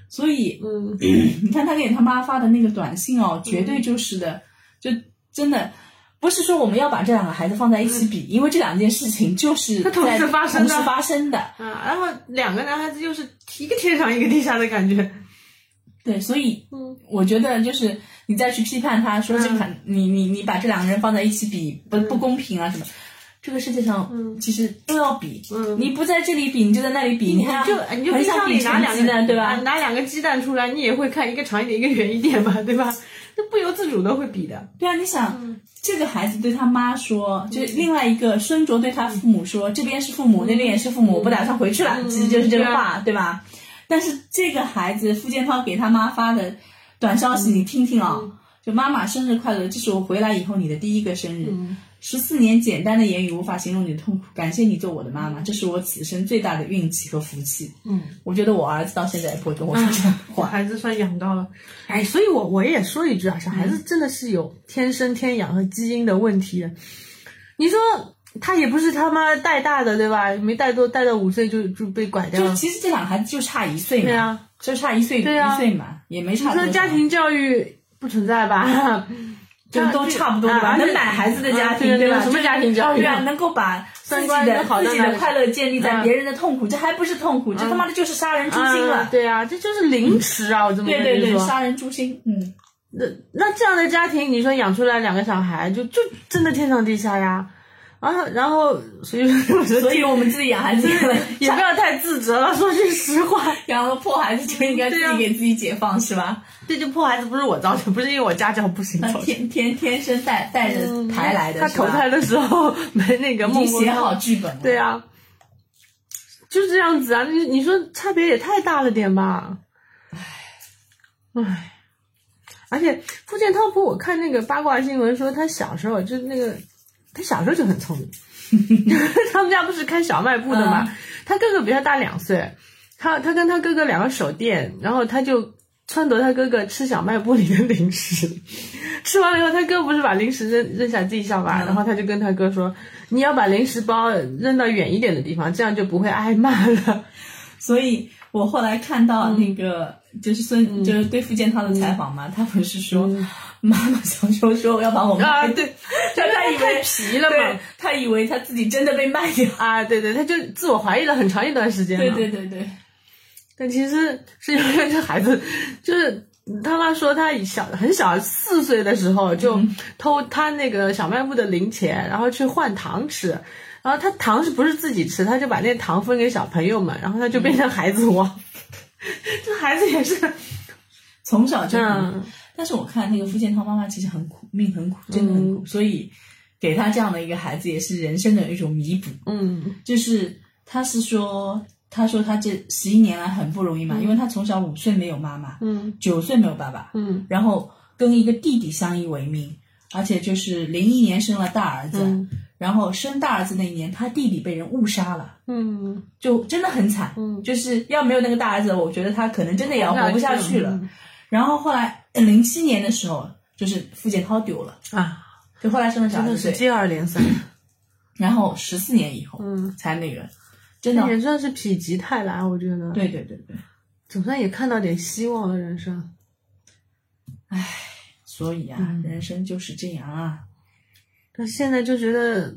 Speaker 1: 所以
Speaker 2: 嗯，
Speaker 1: 你看他给他妈发的那个短信哦，绝对就是的，就真的。不是说我们要把这两个孩子放在一起比，因为这两件事情就是
Speaker 2: 它嗯同时
Speaker 1: 在
Speaker 2: 发生的
Speaker 1: 同时发生的，
Speaker 2: 啊，然后两个男孩子又是一个天上一个地下的感觉，
Speaker 1: 对，所以
Speaker 2: 嗯
Speaker 1: 我觉得就是你再去批判他说这款、你你你把这两个人放在一起比不不公平啊什么，这个世界上
Speaker 2: 嗯
Speaker 1: 其实都要比，
Speaker 2: 嗯
Speaker 1: 你不在这里比，你就在那里比，你还
Speaker 2: 就你啊就
Speaker 1: 很想
Speaker 2: 冰箱
Speaker 1: 比
Speaker 2: 里拿
Speaker 1: 成
Speaker 2: 两
Speaker 1: 绩
Speaker 2: 个
Speaker 1: 呢，对
Speaker 2: 啊
Speaker 1: 吧？
Speaker 2: 拿两个鸡蛋出来，你也会看一个长一点，一个圆一点嘛，对吧？那不由自主的会比的。
Speaker 1: 对啊，你想、
Speaker 2: 嗯
Speaker 1: 这个孩子对他妈说，就是另外一个孙卓对他父母说，这边是父母，那边也是父母，
Speaker 2: 嗯
Speaker 1: 我不打算回去了，其实就是这个
Speaker 2: 啊
Speaker 1: 话，对吧？但是这个孩子付建涛给他妈发的
Speaker 2: 嗯嗯
Speaker 1: 短消息，你听听啊、就妈妈生日快乐，这是我回来以后你的第一个生日。十四年简单的言语无法形容你的痛苦，感谢你做我的妈妈，这是我此生最大的运气和福气。
Speaker 2: 嗯，
Speaker 1: 我觉得我儿子到现在也不会跟我说这样的
Speaker 2: 小
Speaker 1: 话。
Speaker 2: 孩子算养到了，哎，所以我我也说一句啊，小孩
Speaker 1: 嗯
Speaker 2: 子真的是有天生天养和基因的问题的。你说他也不是他妈带大的，对吧？没带多，带到五岁就就被拐掉
Speaker 1: 就是
Speaker 2: 了。
Speaker 1: 其实这两个孩子就差一岁嘛，
Speaker 2: 对啊，
Speaker 1: 就差一岁、
Speaker 2: 对啊
Speaker 1: 一岁嘛，也没
Speaker 2: 你
Speaker 1: 差多嗯
Speaker 2: 说
Speaker 1: 少。
Speaker 2: 家庭教育不存在吧？
Speaker 1: 就都差不多
Speaker 2: 啊
Speaker 1: 对吧？
Speaker 2: 而且
Speaker 1: 能买孩子的家庭
Speaker 2: 嗯对
Speaker 1: 吧？
Speaker 2: 什么家庭教育
Speaker 1: 对啊，能够把自己
Speaker 2: 三观
Speaker 1: 的
Speaker 2: 都好
Speaker 1: 自己
Speaker 2: 在哪
Speaker 1: 的
Speaker 2: 里
Speaker 1: 快乐建立在
Speaker 2: 嗯
Speaker 1: 别人的痛苦，这还不是痛苦，这他妈的就是杀人诛心
Speaker 2: 啊
Speaker 1: 了。
Speaker 2: 对啊，这就是零食啊！我这么
Speaker 1: 对
Speaker 2: 跟
Speaker 1: 对
Speaker 2: 你
Speaker 1: 对，
Speaker 2: 说，
Speaker 1: 杀人诛心。嗯，
Speaker 2: 那那这样的家庭，你说养出来两个小孩，就就真的天上地下呀。然后然后，所以说我 觉得
Speaker 1: 所以我们自己养孩子
Speaker 2: 也不要太自责了。说句实话，
Speaker 1: 养了破孩子就应该自
Speaker 2: 对
Speaker 1: 己
Speaker 2: 啊嗯
Speaker 1: 给自己解放，是吧？
Speaker 2: 这就破孩子不是我造成，不是因为我家教不行
Speaker 1: 那
Speaker 2: 造成。
Speaker 1: 天天天生带带着抬来的，
Speaker 2: 嗯他
Speaker 1: 是
Speaker 2: 投
Speaker 1: 吧
Speaker 2: 胎的时候没那
Speaker 1: 已
Speaker 2: 个梦
Speaker 1: 经
Speaker 2: 过
Speaker 1: 写好剧本了。
Speaker 2: 对啊，就这样子啊。你你说差别也太大了点吧？唉，唉。而且福建汤普，我看那个八卦新闻说他小时候就那个，他小时候就很聪明。他们家不是开小卖部的嘛，他哥哥比他大两岁，他他跟他哥哥两个手电，然后他就撺掇他哥哥吃小卖部里的零食，吃完了以后，他哥不是把零食扔扔下地上嘛，然后他就跟他哥说，你要把零食包扔到远一点的地方，这样就不会挨骂了。
Speaker 1: 所以我后来看到那个、就是孙、就是对付建涛的采访嘛，他不是说、 妈妈小时候说要把我卖
Speaker 2: 啊，对， 就
Speaker 1: 但他
Speaker 2: 他
Speaker 1: 以为
Speaker 2: 太皮了
Speaker 1: 对
Speaker 2: 嘛。，
Speaker 1: 他以为他自己真的被卖掉。
Speaker 2: 啊，对对，他就自我怀疑了很长一段时间嘛。
Speaker 1: 对对对对，
Speaker 2: 但其实是因为这孩子，就是他妈说他小很小，四岁的时候就
Speaker 1: 嗯
Speaker 2: 偷他那个小卖部的零钱，然后去换糖吃。然后他糖是不是自己吃？他就把那糖分给小朋友们，然后他就
Speaker 1: 嗯
Speaker 2: 变成孩子王。 这孩子也是，
Speaker 1: 从小 就很苦。
Speaker 2: 嗯
Speaker 1: 但是我看那个付建涛妈妈其实很苦，命很苦，真的很苦，所以给他这样的一个孩子也是人生的一种弥补。
Speaker 2: 嗯
Speaker 1: 就是他是说，他说他这十一年来很不容易嘛，因为他从小五岁没有妈妈，
Speaker 2: 嗯
Speaker 1: 九岁没有爸爸，
Speaker 2: 嗯
Speaker 1: 然后跟一个弟弟相依为命，而且就是零一年生了大儿子，
Speaker 2: 嗯
Speaker 1: 然后生大儿子那一年，他弟弟被人误杀了。
Speaker 2: 嗯，
Speaker 1: 就真的很惨，
Speaker 2: 嗯
Speaker 1: 就是要没有那个大儿子，我觉得他可能真的也要活不下去了。
Speaker 2: 嗯
Speaker 1: 然后后来呃零七年的时候，就是付建涛丢了，
Speaker 2: 啊，
Speaker 1: 就后来生了小
Speaker 2: 真
Speaker 1: 儿
Speaker 2: 的
Speaker 1: 子
Speaker 2: 是
Speaker 1: 对，
Speaker 2: 接二连三，
Speaker 1: 然后十四年以后，
Speaker 2: 嗯，
Speaker 1: 才那个，真的
Speaker 2: 这，也算是否极泰来，我觉得，，
Speaker 1: 对对对对，
Speaker 2: 总算也看到点希望了人生。
Speaker 1: 所以啊，
Speaker 2: 嗯
Speaker 1: 人生就是这样啊。
Speaker 2: 但现在就觉得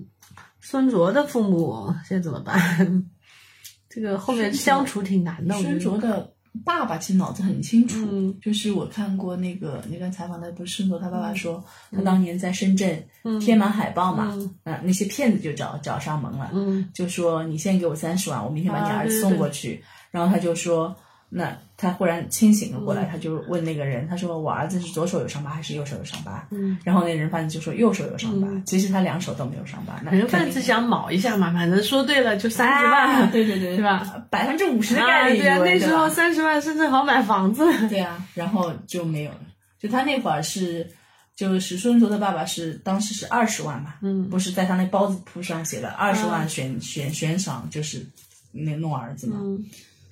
Speaker 2: 孙卓的父母现在怎么办？ 这个后面相处挺难的，我觉
Speaker 1: 孙
Speaker 2: 得。
Speaker 1: 卓的爸爸其实脑子很清楚，
Speaker 2: 嗯
Speaker 1: 就是我看过那个那段采访，他不是孙卓他爸爸说，他当年在深圳
Speaker 2: 嗯
Speaker 1: 贴满海报嘛，
Speaker 2: 嗯
Speaker 1: 啊那些骗子就找找上门了，
Speaker 2: 嗯
Speaker 1: 就说你先给我三十万，我明天把你
Speaker 2: 啊
Speaker 1: 儿子
Speaker 2: 对对
Speaker 1: 送
Speaker 2: 对
Speaker 1: 过去。然后他就说，那他忽然清醒了过
Speaker 2: 嗯
Speaker 1: 来，他就问那个人，他说我儿子是左手有伤疤还是右手有伤疤？
Speaker 2: 嗯，
Speaker 1: 然后那人发现就说右手有伤疤，
Speaker 2: 嗯
Speaker 1: 其实他两手都没有伤疤，那
Speaker 2: 反正
Speaker 1: 肯
Speaker 2: 范
Speaker 1: 定
Speaker 2: 只想卯一下嘛，反正说对了就三十
Speaker 1: 啊
Speaker 2: 万，
Speaker 1: 对对对，
Speaker 2: 对吧？
Speaker 1: 百分之五十的
Speaker 2: 啊
Speaker 1: 概率以
Speaker 2: 对
Speaker 1: 为、
Speaker 2: 啊，那
Speaker 1: 对
Speaker 2: 时候
Speaker 1: 吧
Speaker 2: 三十万甚至好买房子。
Speaker 1: 对啊，然后就没有了。就他那会儿是，就是孙卓的爸爸是当时是二十万嘛，
Speaker 2: 嗯
Speaker 1: 不是在他那包子铺上写的二十万悬、悬悬赏，就是那弄儿子嘛。
Speaker 2: 嗯，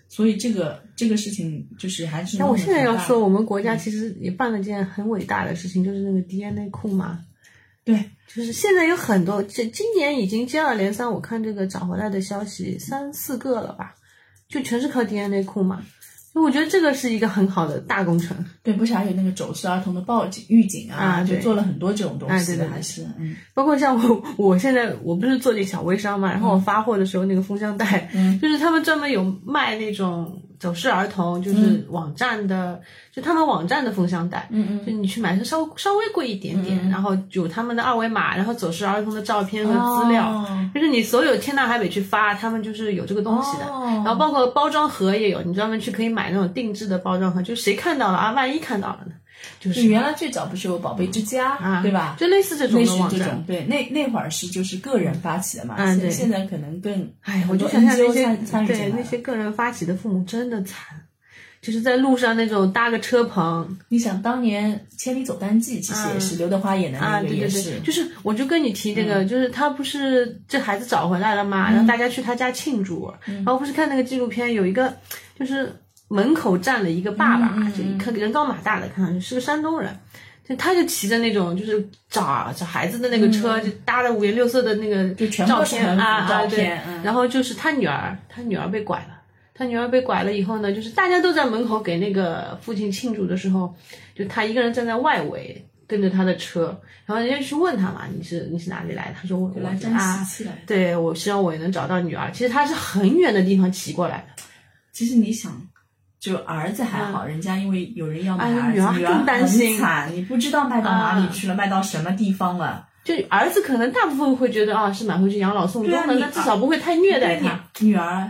Speaker 1: 所以这个这个事情就是还是。
Speaker 2: 但我现在要说，，我
Speaker 1: 嗯
Speaker 2: 们国家其实也办了件很伟大的事情，就是那个 DNA 库嘛。
Speaker 1: 对，
Speaker 2: 就是现在有很多，这今年已经接二连三，我看这个找回来的消息三四个了吧，就全是靠 DNA 库嘛。所以我觉得这个是一个很好的大工程。
Speaker 1: 对，不是还有那个走失儿童的报警预警啊，
Speaker 2: 啊
Speaker 1: 就
Speaker 2: 对
Speaker 1: 做了很多这种东
Speaker 2: 哎
Speaker 1: 西
Speaker 2: 对
Speaker 1: 的，
Speaker 2: 对对
Speaker 1: 还是嗯，
Speaker 2: 包括像我， 我现在我不是做点小微商嘛，然后我发货的时候那个封箱袋，
Speaker 1: 嗯
Speaker 2: 就是他们专门有卖那种走失儿童，就是网站的，就他们网站的封箱袋，
Speaker 1: 嗯
Speaker 2: 就你去买，它稍稍微贵一点点，然后有他们的二维码，然后走失儿童的照片和资料，
Speaker 1: 哦
Speaker 2: 就是你所有天南海北去发，他们就是有这个东西的。
Speaker 1: 哦
Speaker 2: 然后包括包装盒也有，你专门去可以买那种定制的包装盒，就谁看到了啊，万一看到了呢，就
Speaker 1: 就是原来最早不是有宝贝之家，
Speaker 2: 啊，
Speaker 1: 对吧？
Speaker 2: 就类似这种
Speaker 1: 类
Speaker 2: 的
Speaker 1: 似
Speaker 2: 网
Speaker 1: 这种
Speaker 2: 站。
Speaker 1: 对，那那会儿是就是个人发起的嘛，
Speaker 2: 嗯
Speaker 1: 现
Speaker 2: 对
Speaker 1: 现在可能更，
Speaker 2: 哎，我
Speaker 1: 很
Speaker 2: 就
Speaker 1: 多
Speaker 2: 想象那
Speaker 1: NGO
Speaker 2: 些
Speaker 1: 参参与进
Speaker 2: 对
Speaker 1: 来
Speaker 2: 那
Speaker 1: 了
Speaker 2: 些个人发起的父母真的惨，就是在路上那种搭个车棚
Speaker 1: 你想当年《千里走单骑》其实也是刘德华演的
Speaker 2: 啊，
Speaker 1: 那个，哎
Speaker 2: 对
Speaker 1: 也
Speaker 2: 对
Speaker 1: 是、嗯
Speaker 2: 对，就是我就跟你提这个，就是他不是这孩子找回来了嘛，然后大家去他家庆祝，啊
Speaker 1: 嗯
Speaker 2: 然后不是看那个纪录片有一个就是门口站了一个爸爸，
Speaker 1: 嗯嗯嗯
Speaker 2: 就一看人高马大的，看上去是个山东人。就他就骑着那种就是找找孩子的那个车，就搭的五颜六色的那个
Speaker 1: 嗯就全部
Speaker 2: 照
Speaker 1: 是
Speaker 2: 片
Speaker 1: 很
Speaker 2: 啊啊
Speaker 1: 照
Speaker 2: 对
Speaker 1: 片嗯
Speaker 2: 然后就是他女儿，他女儿被拐了。他女儿被拐了以后呢，就是大家都在门口给那个父亲庆祝的时候，就他一个人站在外围跟着他的车，然后人家去问他嘛，你是你是哪里来的？他说我
Speaker 1: 原
Speaker 2: 我
Speaker 1: 来
Speaker 2: 是
Speaker 1: 真
Speaker 2: 啊
Speaker 1: 稀，奇来的。
Speaker 2: 对我希望我也能找到女儿。其实他是很远的地方骑过来的，
Speaker 1: 其实你想，就儿子还好，人家因为有人要买
Speaker 2: 哎
Speaker 1: 儿子，
Speaker 2: 嗯女儿
Speaker 1: 女儿
Speaker 2: 更担心
Speaker 1: 很惨，你不知道卖到哪里
Speaker 2: 啊
Speaker 1: 去了，卖到什么地方了。
Speaker 2: 就儿子可能大部分会觉得啊是买回去养老送终
Speaker 1: 对啊
Speaker 2: 的，
Speaker 1: 你啊
Speaker 2: 那至少不会太虐待
Speaker 1: 你
Speaker 2: 他，
Speaker 1: 女儿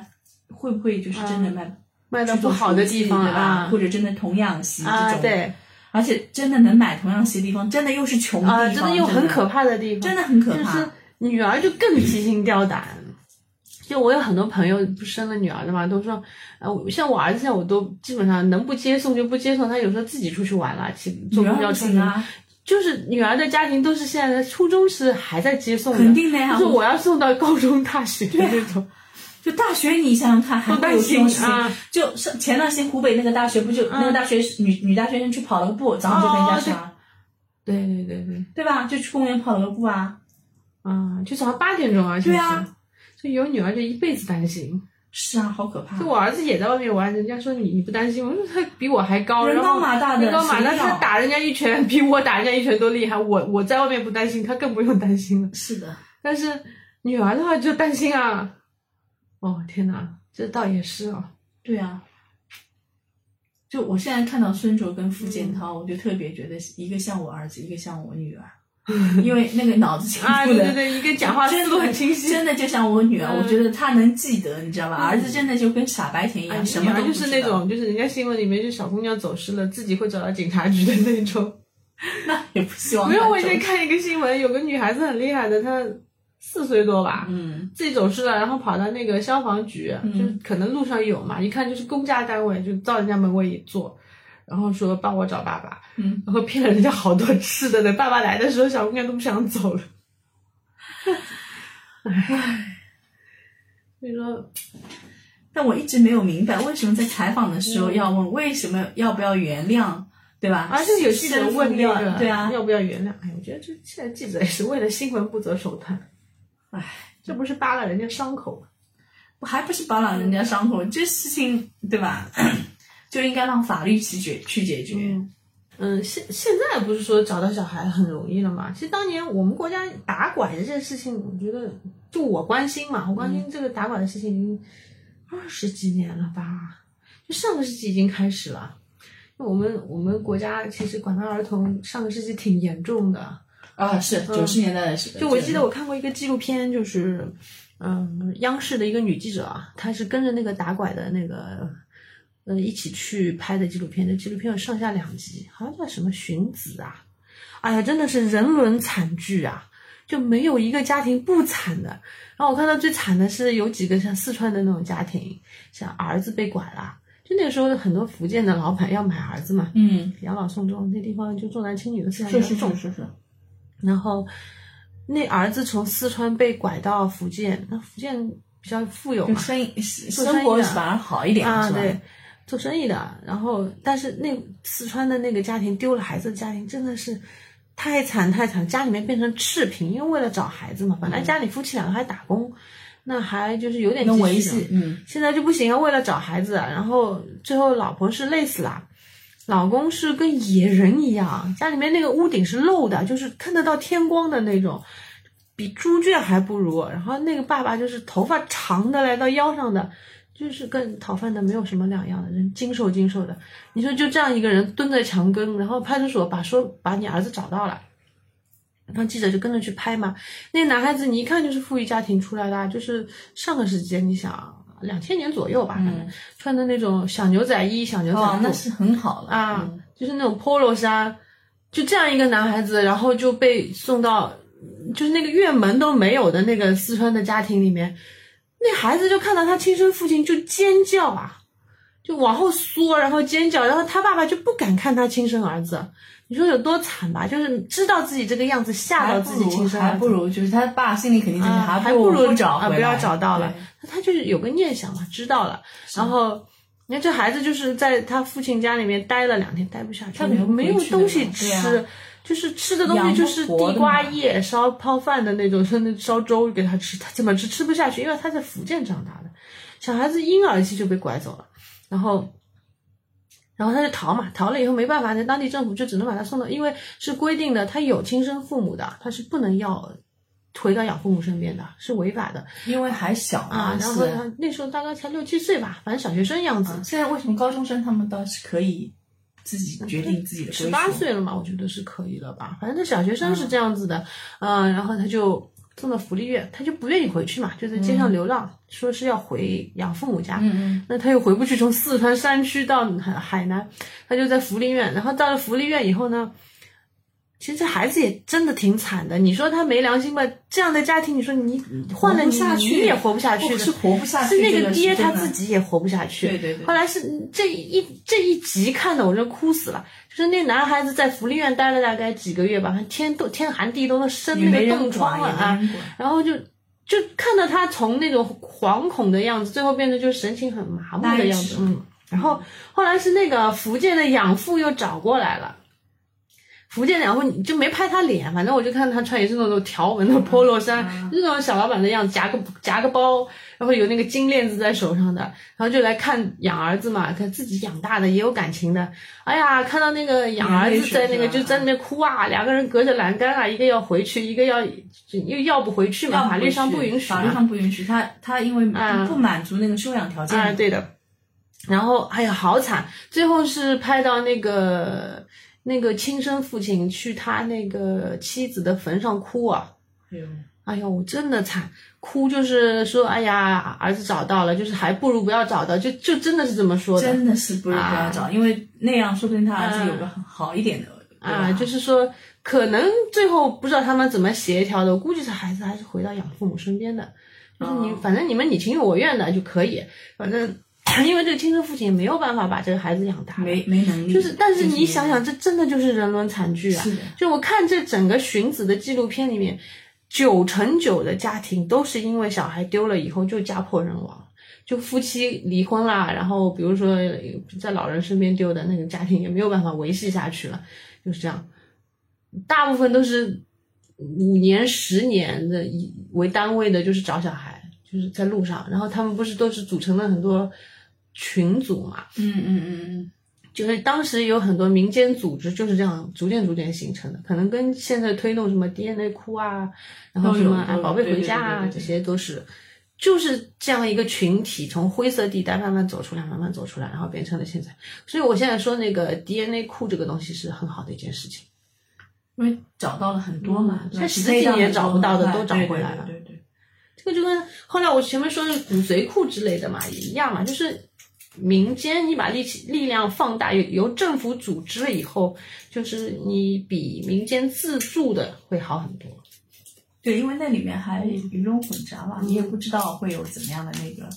Speaker 1: 会不会就是真的卖
Speaker 2: 卖到
Speaker 1: 去
Speaker 2: 不
Speaker 1: 做
Speaker 2: 好的
Speaker 1: 厨
Speaker 2: 地
Speaker 1: 艺
Speaker 2: 方
Speaker 1: 对吧
Speaker 2: 啊？
Speaker 1: 或者真的童养媳
Speaker 2: 啊
Speaker 1: 这种，
Speaker 2: 对
Speaker 1: 而且真的能买童养媳的地方，真的又是穷地
Speaker 2: 啊，
Speaker 1: 方，
Speaker 2: 真的又很可怕的地方，
Speaker 1: 真的很可
Speaker 2: 就
Speaker 1: 怕
Speaker 2: 是。女儿就更提心吊胆。就我有很多朋友不生了女儿的嘛，都说，呃，我像我儿子现在我都基本上能不接送就不接送，他有时候自己出去玩了，骑坐
Speaker 1: 女
Speaker 2: 公
Speaker 1: 儿
Speaker 2: 交
Speaker 1: 不
Speaker 2: 车。
Speaker 1: 行啊，
Speaker 2: 就是女儿的家庭都是现在的初中是还在接送的，
Speaker 1: 肯定的呀
Speaker 2: 哦
Speaker 1: 啊
Speaker 2: 就是我要送到高中、大学的那种。
Speaker 1: 就大学，你想想看，还
Speaker 2: 都
Speaker 1: 会有这
Speaker 2: 担
Speaker 1: 种
Speaker 2: 心
Speaker 1: 事情。
Speaker 2: 啊嗯
Speaker 1: 就是前段时间湖北那个大学不就、那个大学女女大学生去跑了个步，早上就被人家
Speaker 2: 哦
Speaker 1: 杀，
Speaker 2: 对对对对，
Speaker 1: 对吧？就去公园跑了个步啊。
Speaker 2: 啊、就早上八点钟啊，
Speaker 1: 对啊
Speaker 2: 就是，就有女儿就一辈子担心。
Speaker 1: 是啊，好可怕
Speaker 2: 就。我儿子也在外面玩，人家说你你不担心吗？我说他比我还高，
Speaker 1: 人
Speaker 2: 然
Speaker 1: 高
Speaker 2: 后
Speaker 1: 马大的
Speaker 2: 人高马大，
Speaker 1: 谁要
Speaker 2: 他打人家一拳比我打人家一拳都厉害。我我在外面不担心，他更不用担心了。
Speaker 1: 是的，
Speaker 2: 但是女儿的话就担心啊。哦天哪，这倒也是啊。
Speaker 1: 对啊。就我现在看到孙卓跟付建
Speaker 2: 嗯
Speaker 1: 涛，我就特别觉得一个像我儿子，一个像我女儿，因为那个脑子清
Speaker 2: 嗯啊，
Speaker 1: 楚
Speaker 2: 对
Speaker 1: 的。
Speaker 2: 对对，一个讲话思
Speaker 1: 真
Speaker 2: 路
Speaker 1: 的
Speaker 2: 很清晰。
Speaker 1: 真的就像我女儿，
Speaker 2: 嗯
Speaker 1: 我觉得她能记得，你知道吧？儿子真的就跟傻白甜一
Speaker 2: 哎
Speaker 1: 样，什么
Speaker 2: 女
Speaker 1: 都
Speaker 2: 儿
Speaker 1: 不
Speaker 2: 就
Speaker 1: 知
Speaker 2: 是那
Speaker 1: 道，
Speaker 2: 种，就是人家新闻里面，就小姑娘走失了，自己会找到警察局的那 种。
Speaker 1: 哦那也不希望
Speaker 2: 没
Speaker 1: 她
Speaker 2: 有，我以
Speaker 1: 走
Speaker 2: 前看一个新闻，有个女孩子很厉害的，她四岁多吧，
Speaker 1: 嗯，
Speaker 2: 自己走失了，然后跑到那个消防局，就是可能路上有嘛，一看就是公家单位，就到人家门卫一坐，然后说帮我找爸爸，
Speaker 1: 嗯，
Speaker 2: 然后骗了人家好多吃的。等爸爸来的时候，小姑娘都不想走了。唉，所以说，
Speaker 1: 但我一直没有明白，为什么在采访的
Speaker 2: 嗯
Speaker 1: 时候要问为什么要不要原谅，对吧？
Speaker 2: 而啊且有记者问
Speaker 1: 要
Speaker 2: 那个，
Speaker 1: 对啊，
Speaker 2: 要不要原谅？哎，我觉得这现在记者也是为了新闻不择手段，
Speaker 1: 唉，
Speaker 2: 这不是扒了人家伤口吗？
Speaker 1: 我还不是保养人家伤口，这事情对吧？ 就应该让法律去解去解决。
Speaker 2: 嗯嗯，现现在不是说找到小孩很容易了嘛？其实当年我们国家打拐这件事情，我觉得就我关心嘛，我关心这个打拐的事情已经二十几年了吧，就上个世纪已经开始了。我们我们国家其实管到儿童上个世纪挺严重的，
Speaker 1: 啊，是九十年代的事，
Speaker 2: 嗯就我记得我看过一个纪录片，就是，嗯，央视的一个女记者啊，她是跟着那个打拐的那个，呃，一起去拍的纪录片。这纪录片有上下两集，好像叫什么《寻子》啊，哎呀，真的是人伦惨剧啊！就没有一个家庭不惨的。然后我看到最惨的是有几个像四川的那种家庭，像儿子被拐了，就那个时候很多福建的老板要买儿子嘛，
Speaker 1: 嗯，
Speaker 2: 养老送终，那地方就重男轻女的思想比
Speaker 1: 是
Speaker 2: 较
Speaker 1: 是
Speaker 2: 重
Speaker 1: 是。是是，
Speaker 2: 然后那儿子从四川被拐到福建，那福建比较富有
Speaker 1: 就
Speaker 2: 嘛，
Speaker 1: 生意生
Speaker 2: 生
Speaker 1: 活
Speaker 2: 意的
Speaker 1: 反而好一点，
Speaker 2: 啊
Speaker 1: 是吧？
Speaker 2: 对，做生意的。然后但是那四川的那个家庭丢了孩子的家庭真的是。太惨太惨，家里面变成赤贫，因为为了找孩子嘛，本来家里夫妻两个还打工，那还哎就是有点
Speaker 1: 嗯能维
Speaker 2: 积蓄的
Speaker 1: 系，嗯，
Speaker 2: 现在就不行啊，为了找孩子，然后最后老婆是累死了，老公是跟野人一样，家里面那个屋顶是漏的，就是看得到天光的那种，比猪圈还不如。然后那个爸爸就是头发长的来到腰上的，就是跟讨饭的没有什么两样的人，精瘦精瘦的。你说就这样一个人蹲在墙根，然后派出所把说把你儿子找到了。然后记者就跟着去拍嘛，那个男孩子你一看就是富裕家庭出来的啊，就是上个世纪，你想两千年左右吧，反正穿的那种小牛仔衣、小牛仔裤，
Speaker 1: 嗯哦，那是很好了
Speaker 2: 啊，
Speaker 1: 嗯
Speaker 2: 就是那种 polo 衫，就这样一个男孩子，然后就被送到就是那个院门都没有的那个四川的家庭里面，那孩子就看到他亲生父亲就尖叫啊，就往后缩，然后尖叫，然后他爸爸就不敢看他亲生儿子，你说有多惨吧？就是知道自己这个样子，吓到自己亲生
Speaker 1: 还
Speaker 2: 儿子，
Speaker 1: 不如就是他爸心里肯定就是
Speaker 2: 啊还
Speaker 1: 不
Speaker 2: 如
Speaker 1: 找
Speaker 2: 啊，
Speaker 1: 不
Speaker 2: 要找到了。他就是有个念想嘛，知道了，然后。你看这孩子就是在他父亲家里面待了两天，待不下去，
Speaker 1: 他没有
Speaker 2: 没有东西吃，
Speaker 1: 啊、
Speaker 2: 就是吃的东西就是地瓜叶烧泡饭的那种， 那烧粥给他吃，他怎么吃吃不下去？因为他在福建长大的，小孩子婴儿期就被拐走了，然后，然后他就逃嘛，逃了以后没办法，那当地政府就只能把他送到，因为是规定的，他有亲生父母的，他是不能要。回到养父母身边的是违法的，
Speaker 1: 因为还小
Speaker 2: 啊。然后他那时候大概才六七岁吧，反正小学生样子。
Speaker 1: 现啊在为什么高中生他们倒是可以自己决定自己的？
Speaker 2: 十八岁了啊嘛，我觉得是可以了吧。反正他小学生是这样子的，嗯、呃，然后他就送到福利院，他就不愿意回去嘛，就在街上流浪，嗯、说是要回养父母家。
Speaker 1: 嗯嗯。
Speaker 2: 那他又回不去，从四川山区到海南，他就在福利院。然后到了福利院以后呢？其实这孩子也真的挺惨的，你说他没良心吧？这样的家庭，你说你换了你你也嗯活不下去的，
Speaker 1: 是活不下
Speaker 2: 去，
Speaker 1: 是
Speaker 2: 那个啊爹他自己也活不下去。
Speaker 1: 对对对。
Speaker 2: 后来是这一这一集看的我真哭死了，就是那男孩子在福利院待了大概几个月吧，天都天寒地冻都生那个冻疮了啊，然后就就看到他从那种惶恐的样子，最后变得就是神情很麻木的样子，嗯。然后后来是那个福建的养父又找过来了。福建然后你就没拍他脸，反正我就看他穿也是那种条纹的 polo 衫，嗯、那种小老板的样子，夹个夹个包，然后有那个金链子在手上的，然后就来看养儿子嘛，看自己养大的也有感情的。哎呀，看到那个养儿子在那个就在那边哭啊，两个人隔着栏杆啊，一个要回去，一个要又要不回去嘛，法律上不允许，
Speaker 1: 法律啊上不允许，他他因为不满足那个收养条件、
Speaker 2: 啊、啊，对的。然后哎呀，好惨，最后是拍到那个。那个亲生父亲去他那个妻子的坟上哭啊，
Speaker 1: 哎呦，
Speaker 2: 哎呦，真的惨，哭就是说，哎呀，儿子找到了，就是还不如不要找到，就就真的是这么说
Speaker 1: 的，真的是不如不要找，啊、因为那样说不定他儿子有个好一点的
Speaker 2: 啊，就是说，可能最后不知道他们怎么协调的，我估计这孩子还是回到养父母身边的，就是你、
Speaker 1: 哦、
Speaker 2: 反正你们你情我愿的就可以，反正。 因为这个亲生父亲没有办法把这个孩子养大，
Speaker 1: 没没能力，
Speaker 2: 就是但是你想想，这真的就是人伦惨剧啊！就我看这整个寻子的纪录片里面，九成九的家庭都是因为小孩丢了以后就家破人亡，就夫妻离婚啦，然后比如说在老人身边丢的那个家庭也没有办法维系下去了，就是这样，大部分都是五年、十年的以为单位的，就是找小孩，就是在路上，然后他们不是都是组成了很多。群组嘛，
Speaker 1: 嗯嗯嗯嗯，
Speaker 2: 就是当时有很多民间组织就是这样逐渐逐渐形成的，可能跟现在推动什么 DNA 库啊，然后什么啊宝贝回家啊，这些都是就是这样一个群体从灰色地带慢慢走出来，慢慢走出来，然后变成了现在。所以我现在说那个 DNA 库这个东西是很好的一件事情，
Speaker 1: 因为找到了很多嘛，
Speaker 2: 才嗯十几年找不到的都找回来了。
Speaker 1: 对对,对,对,对，
Speaker 2: 这个就跟后来我前面说的骨髓库之类的嘛也一样嘛，就是。民间，你把力气力量放大，由由政府组织了以后，就是你比民间自助的会好很多。
Speaker 1: 对，因为那里面还鱼龙混杂嘛，你也不知道会有怎么样的那个。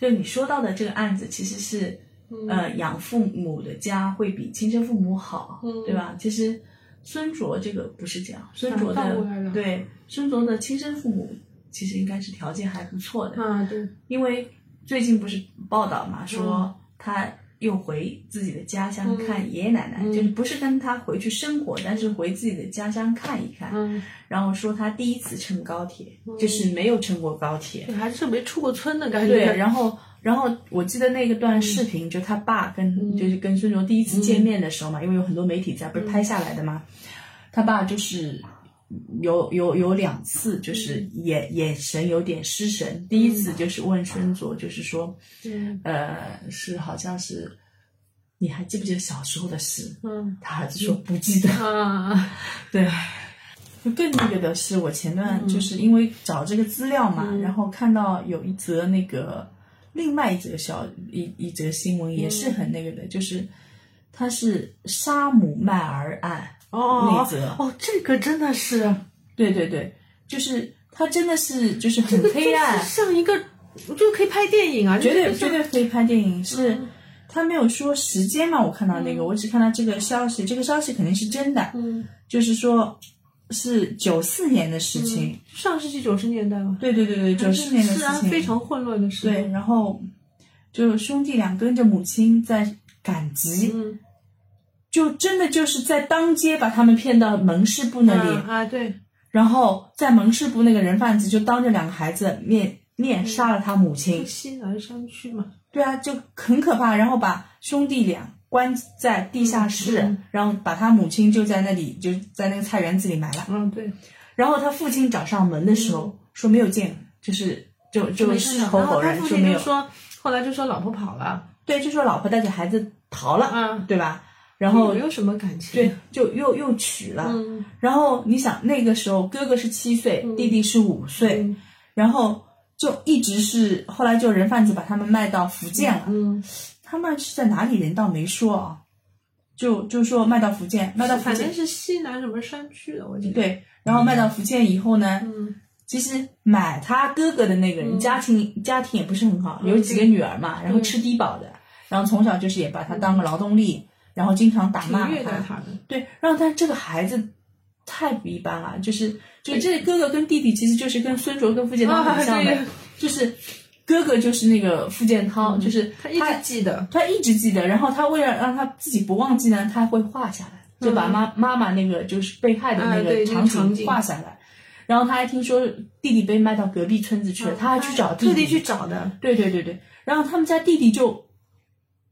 Speaker 1: 就你说到的这个案子，其实是、
Speaker 2: 嗯、
Speaker 1: 呃养父母的家会比亲生父母好，
Speaker 2: 嗯、
Speaker 1: 对吧？其实孙卓这个不是这样，孙卓
Speaker 2: 的
Speaker 1: 对孙卓的亲生父母其实应该是条件还不错的，
Speaker 2: 啊对，
Speaker 1: 因为。最近不是报道嘛，说他又回自己的家乡看爷爷奶奶，
Speaker 2: 嗯嗯、
Speaker 1: 就是不是跟他回去生活，但是回自己的家乡看一看。
Speaker 2: 嗯、
Speaker 1: 然后说他第一次乘高铁，
Speaker 2: 嗯、
Speaker 1: 就是没有乘过高铁，
Speaker 2: 还是没出过村的感
Speaker 1: 觉。对，然后然后我记得那个
Speaker 2: 嗯
Speaker 1: 段视频，就他爸跟就是跟孙卓第一次见面的时候嘛，因为有很多媒体在，不是
Speaker 2: 嗯
Speaker 1: 拍下来的嘛，他爸就是。有有有两次，就是眼、
Speaker 2: 嗯、
Speaker 1: 眼神有点失神。第一次就是问孙卓，就是说，
Speaker 2: 嗯、
Speaker 1: 呃，是好像是，你还记不记得小时候的事？
Speaker 2: 嗯，
Speaker 1: 他儿子说不记得。
Speaker 2: 啊、
Speaker 1: 对，就更那个的是，我前段就是因为找这个资料嘛，
Speaker 2: 嗯、
Speaker 1: 然后看到有一则那个另外一则小一一则新
Speaker 2: 嗯
Speaker 1: 闻，也是很那个的，就是他是沙姆迈尔案。
Speaker 2: 哦，
Speaker 1: 内责
Speaker 2: 哦，这个真的是，
Speaker 1: 对对对，就是他真的是就是很黑暗，
Speaker 2: 像一个就可以拍电影啊，
Speaker 1: 绝对
Speaker 2: 就是
Speaker 1: 绝对可以拍电影。是
Speaker 2: 嗯
Speaker 1: 他没有说时间嘛？我看到那个，我只看到这个消息，这个消息肯定是真的，
Speaker 2: 嗯，
Speaker 1: 就是说是九四年的事情。
Speaker 2: 嗯上世纪九十年代吧，
Speaker 1: 对对对对，九四年的
Speaker 2: 治安
Speaker 1: 事情。
Speaker 2: 啊非常混乱的时
Speaker 1: 对，
Speaker 2: 候，
Speaker 1: 然后就兄弟俩跟着母亲在赶集，
Speaker 2: 嗯，
Speaker 1: 就真的就是在当街把他们骗到门市部那里，嗯
Speaker 2: 啊啊对，
Speaker 1: 然后在门市部那个人贩子就当着两个孩子面面
Speaker 2: 嗯
Speaker 1: 杀了他母亲。
Speaker 2: 西南山区嘛，
Speaker 1: 对啊，就很可怕。然后把兄弟俩关在地下室，
Speaker 2: 嗯
Speaker 1: 然后把他母亲就在那里，就在那个菜园子里埋了。
Speaker 2: 嗯对，
Speaker 1: 然后他父亲找上门的时候、说没有见，就是就就
Speaker 2: 嗯没事
Speaker 1: 是
Speaker 2: 的
Speaker 1: 吼
Speaker 2: 然后
Speaker 1: 吼
Speaker 2: 他
Speaker 1: 人
Speaker 2: 父
Speaker 1: 说
Speaker 2: 亲
Speaker 1: 没
Speaker 2: 就
Speaker 1: 有，
Speaker 2: 说，后来就说老婆跑了，
Speaker 1: 对，就说老婆带着孩子逃了，
Speaker 2: 嗯，
Speaker 1: 对吧？然后
Speaker 2: 没有什么感情，
Speaker 1: 对，，就又又娶了。
Speaker 2: 嗯
Speaker 1: 然后你想，那个时候哥哥是七岁，弟弟是五岁，
Speaker 2: 嗯
Speaker 1: 然后就一直是后来就人贩子把他们卖到福建了。
Speaker 2: 嗯，
Speaker 1: 他们是在哪里人倒没说啊，就就说卖到福建，卖到福
Speaker 2: 反正
Speaker 1: 建，
Speaker 2: 是西南什么山区的，我记得，，
Speaker 1: 对，然后卖到福建以后呢，
Speaker 2: 嗯
Speaker 1: 其实买他哥哥的那个人家庭家庭也不是很好，
Speaker 2: 嗯
Speaker 1: 有几个女儿嘛，然后吃低保的，然后从小就是也把他当个劳动力，然后经常打
Speaker 2: 嗯挺
Speaker 1: 骂
Speaker 2: 虐待
Speaker 1: 他，
Speaker 2: 他的，
Speaker 1: 对，然后但这个孩子。太不一般了，就是就这哥哥跟弟弟其实就是跟孙卓跟傅建涛很像的，
Speaker 2: 啊对嗯
Speaker 1: 就是哥哥就是那个傅建涛，哦就是
Speaker 2: 他一直记得，
Speaker 1: 他一直记得，然后他为了让他自己不忘记呢，他会画下来，就把妈、妈妈那个就是被害的那
Speaker 2: 嗯啊对
Speaker 1: 个
Speaker 2: 那个
Speaker 1: 场
Speaker 2: 场
Speaker 1: 景
Speaker 2: 景
Speaker 1: 画下来。然后他还听说弟弟被卖到隔壁村子去了，他还去找弟
Speaker 2: 嗯特
Speaker 1: 弟
Speaker 2: 地去。找的，
Speaker 1: 对对对对，然后他们家弟弟就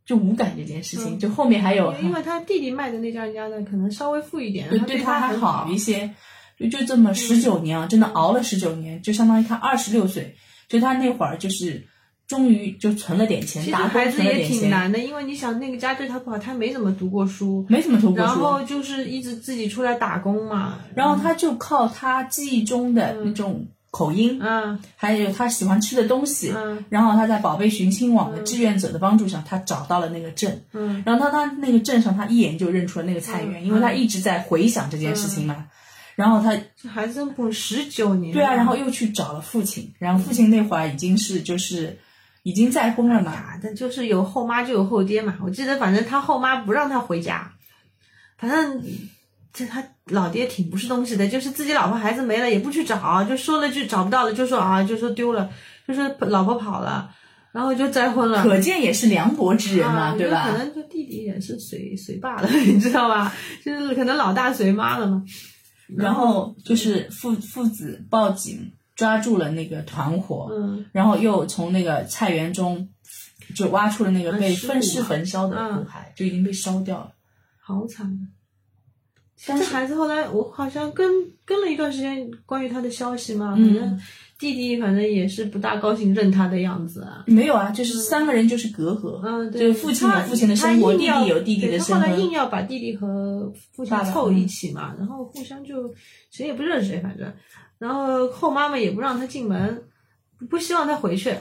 Speaker 1: 就无感这件事情，就后面还有
Speaker 2: 嗯因为他弟弟卖的那家人家的可能稍微富一点，
Speaker 1: 对
Speaker 2: 对
Speaker 1: 他还
Speaker 2: 很
Speaker 1: 好一些，就就这么十九年啊，真的熬了十九年，就相当于他二十六岁，就他那会儿就是终于就存了点钱，
Speaker 2: 其实
Speaker 1: 打工
Speaker 2: 孩子
Speaker 1: 存了
Speaker 2: 也
Speaker 1: 点
Speaker 2: 挺
Speaker 1: 钱，
Speaker 2: 难的，因为你想那个家对他不好，他没怎么读过书，
Speaker 1: 没怎么投过书。
Speaker 2: 然后就是一直自己出来打工嘛，
Speaker 1: 然后他就靠他记忆中的那种口音，
Speaker 2: 嗯
Speaker 1: 还有他喜欢吃的东西，
Speaker 2: 嗯
Speaker 1: 然后他在宝贝寻亲网的志愿者的帮助上，他找到了那个镇。
Speaker 2: 嗯，
Speaker 1: 然后他他那个镇上，他一眼就认出了那个菜园，因为他一直在回想这件事情
Speaker 2: 嗯
Speaker 1: 嘛。然后他
Speaker 2: 这孩子真不十九年，
Speaker 1: 对啊，然后又去找了父亲，然后父亲那会儿已经是就是已经再婚了嘛，
Speaker 2: 啊，但就是有后妈就有后爹嘛，我记得反正他后妈不让他回家，反正这他老爹挺不是东西的，就是自己老婆孩子没了也不去找，就说了句找不到了，就说啊就说丢了，就说老婆跑了，然后就再婚了。
Speaker 1: 可见也是凉薄之人嘛，
Speaker 2: 嗯啊，
Speaker 1: 对
Speaker 2: 就
Speaker 1: 吧
Speaker 2: 可？能就弟弟也是随随爸了， 你知道吧？就是可能老大随妈了嘛。
Speaker 1: 然后就是父父子报警抓住了那个团伙，
Speaker 2: 嗯
Speaker 1: 然后又从那个菜园中就挖出了那个被
Speaker 2: 嗯尸骨
Speaker 1: 分尸焚烧的
Speaker 2: 嗯
Speaker 1: 骨骸，就已经被烧掉了。
Speaker 2: 好惨。
Speaker 1: 但
Speaker 2: 这
Speaker 1: 是
Speaker 2: 孩子后来，我好像跟跟了一段时间关于他的消息嘛，
Speaker 1: 嗯
Speaker 2: 反正弟弟反正也是不大高兴认他的样子啊。
Speaker 1: 没有啊，就是三个人就是隔阂，
Speaker 2: 嗯，
Speaker 1: 就
Speaker 2: 对，
Speaker 1: 是父亲有
Speaker 2: 他
Speaker 1: 父亲的生活，
Speaker 2: 他
Speaker 1: 弟
Speaker 2: 硬要
Speaker 1: 弟有弟弟的
Speaker 2: 对
Speaker 1: 生
Speaker 2: 他后来硬
Speaker 1: 活。
Speaker 2: 要把弟弟和父亲
Speaker 1: 爸爸嗯
Speaker 2: 凑一起嘛，然后互相就谁也不认识谁，反正，然后后妈妈也不让他进门，不希望他回去。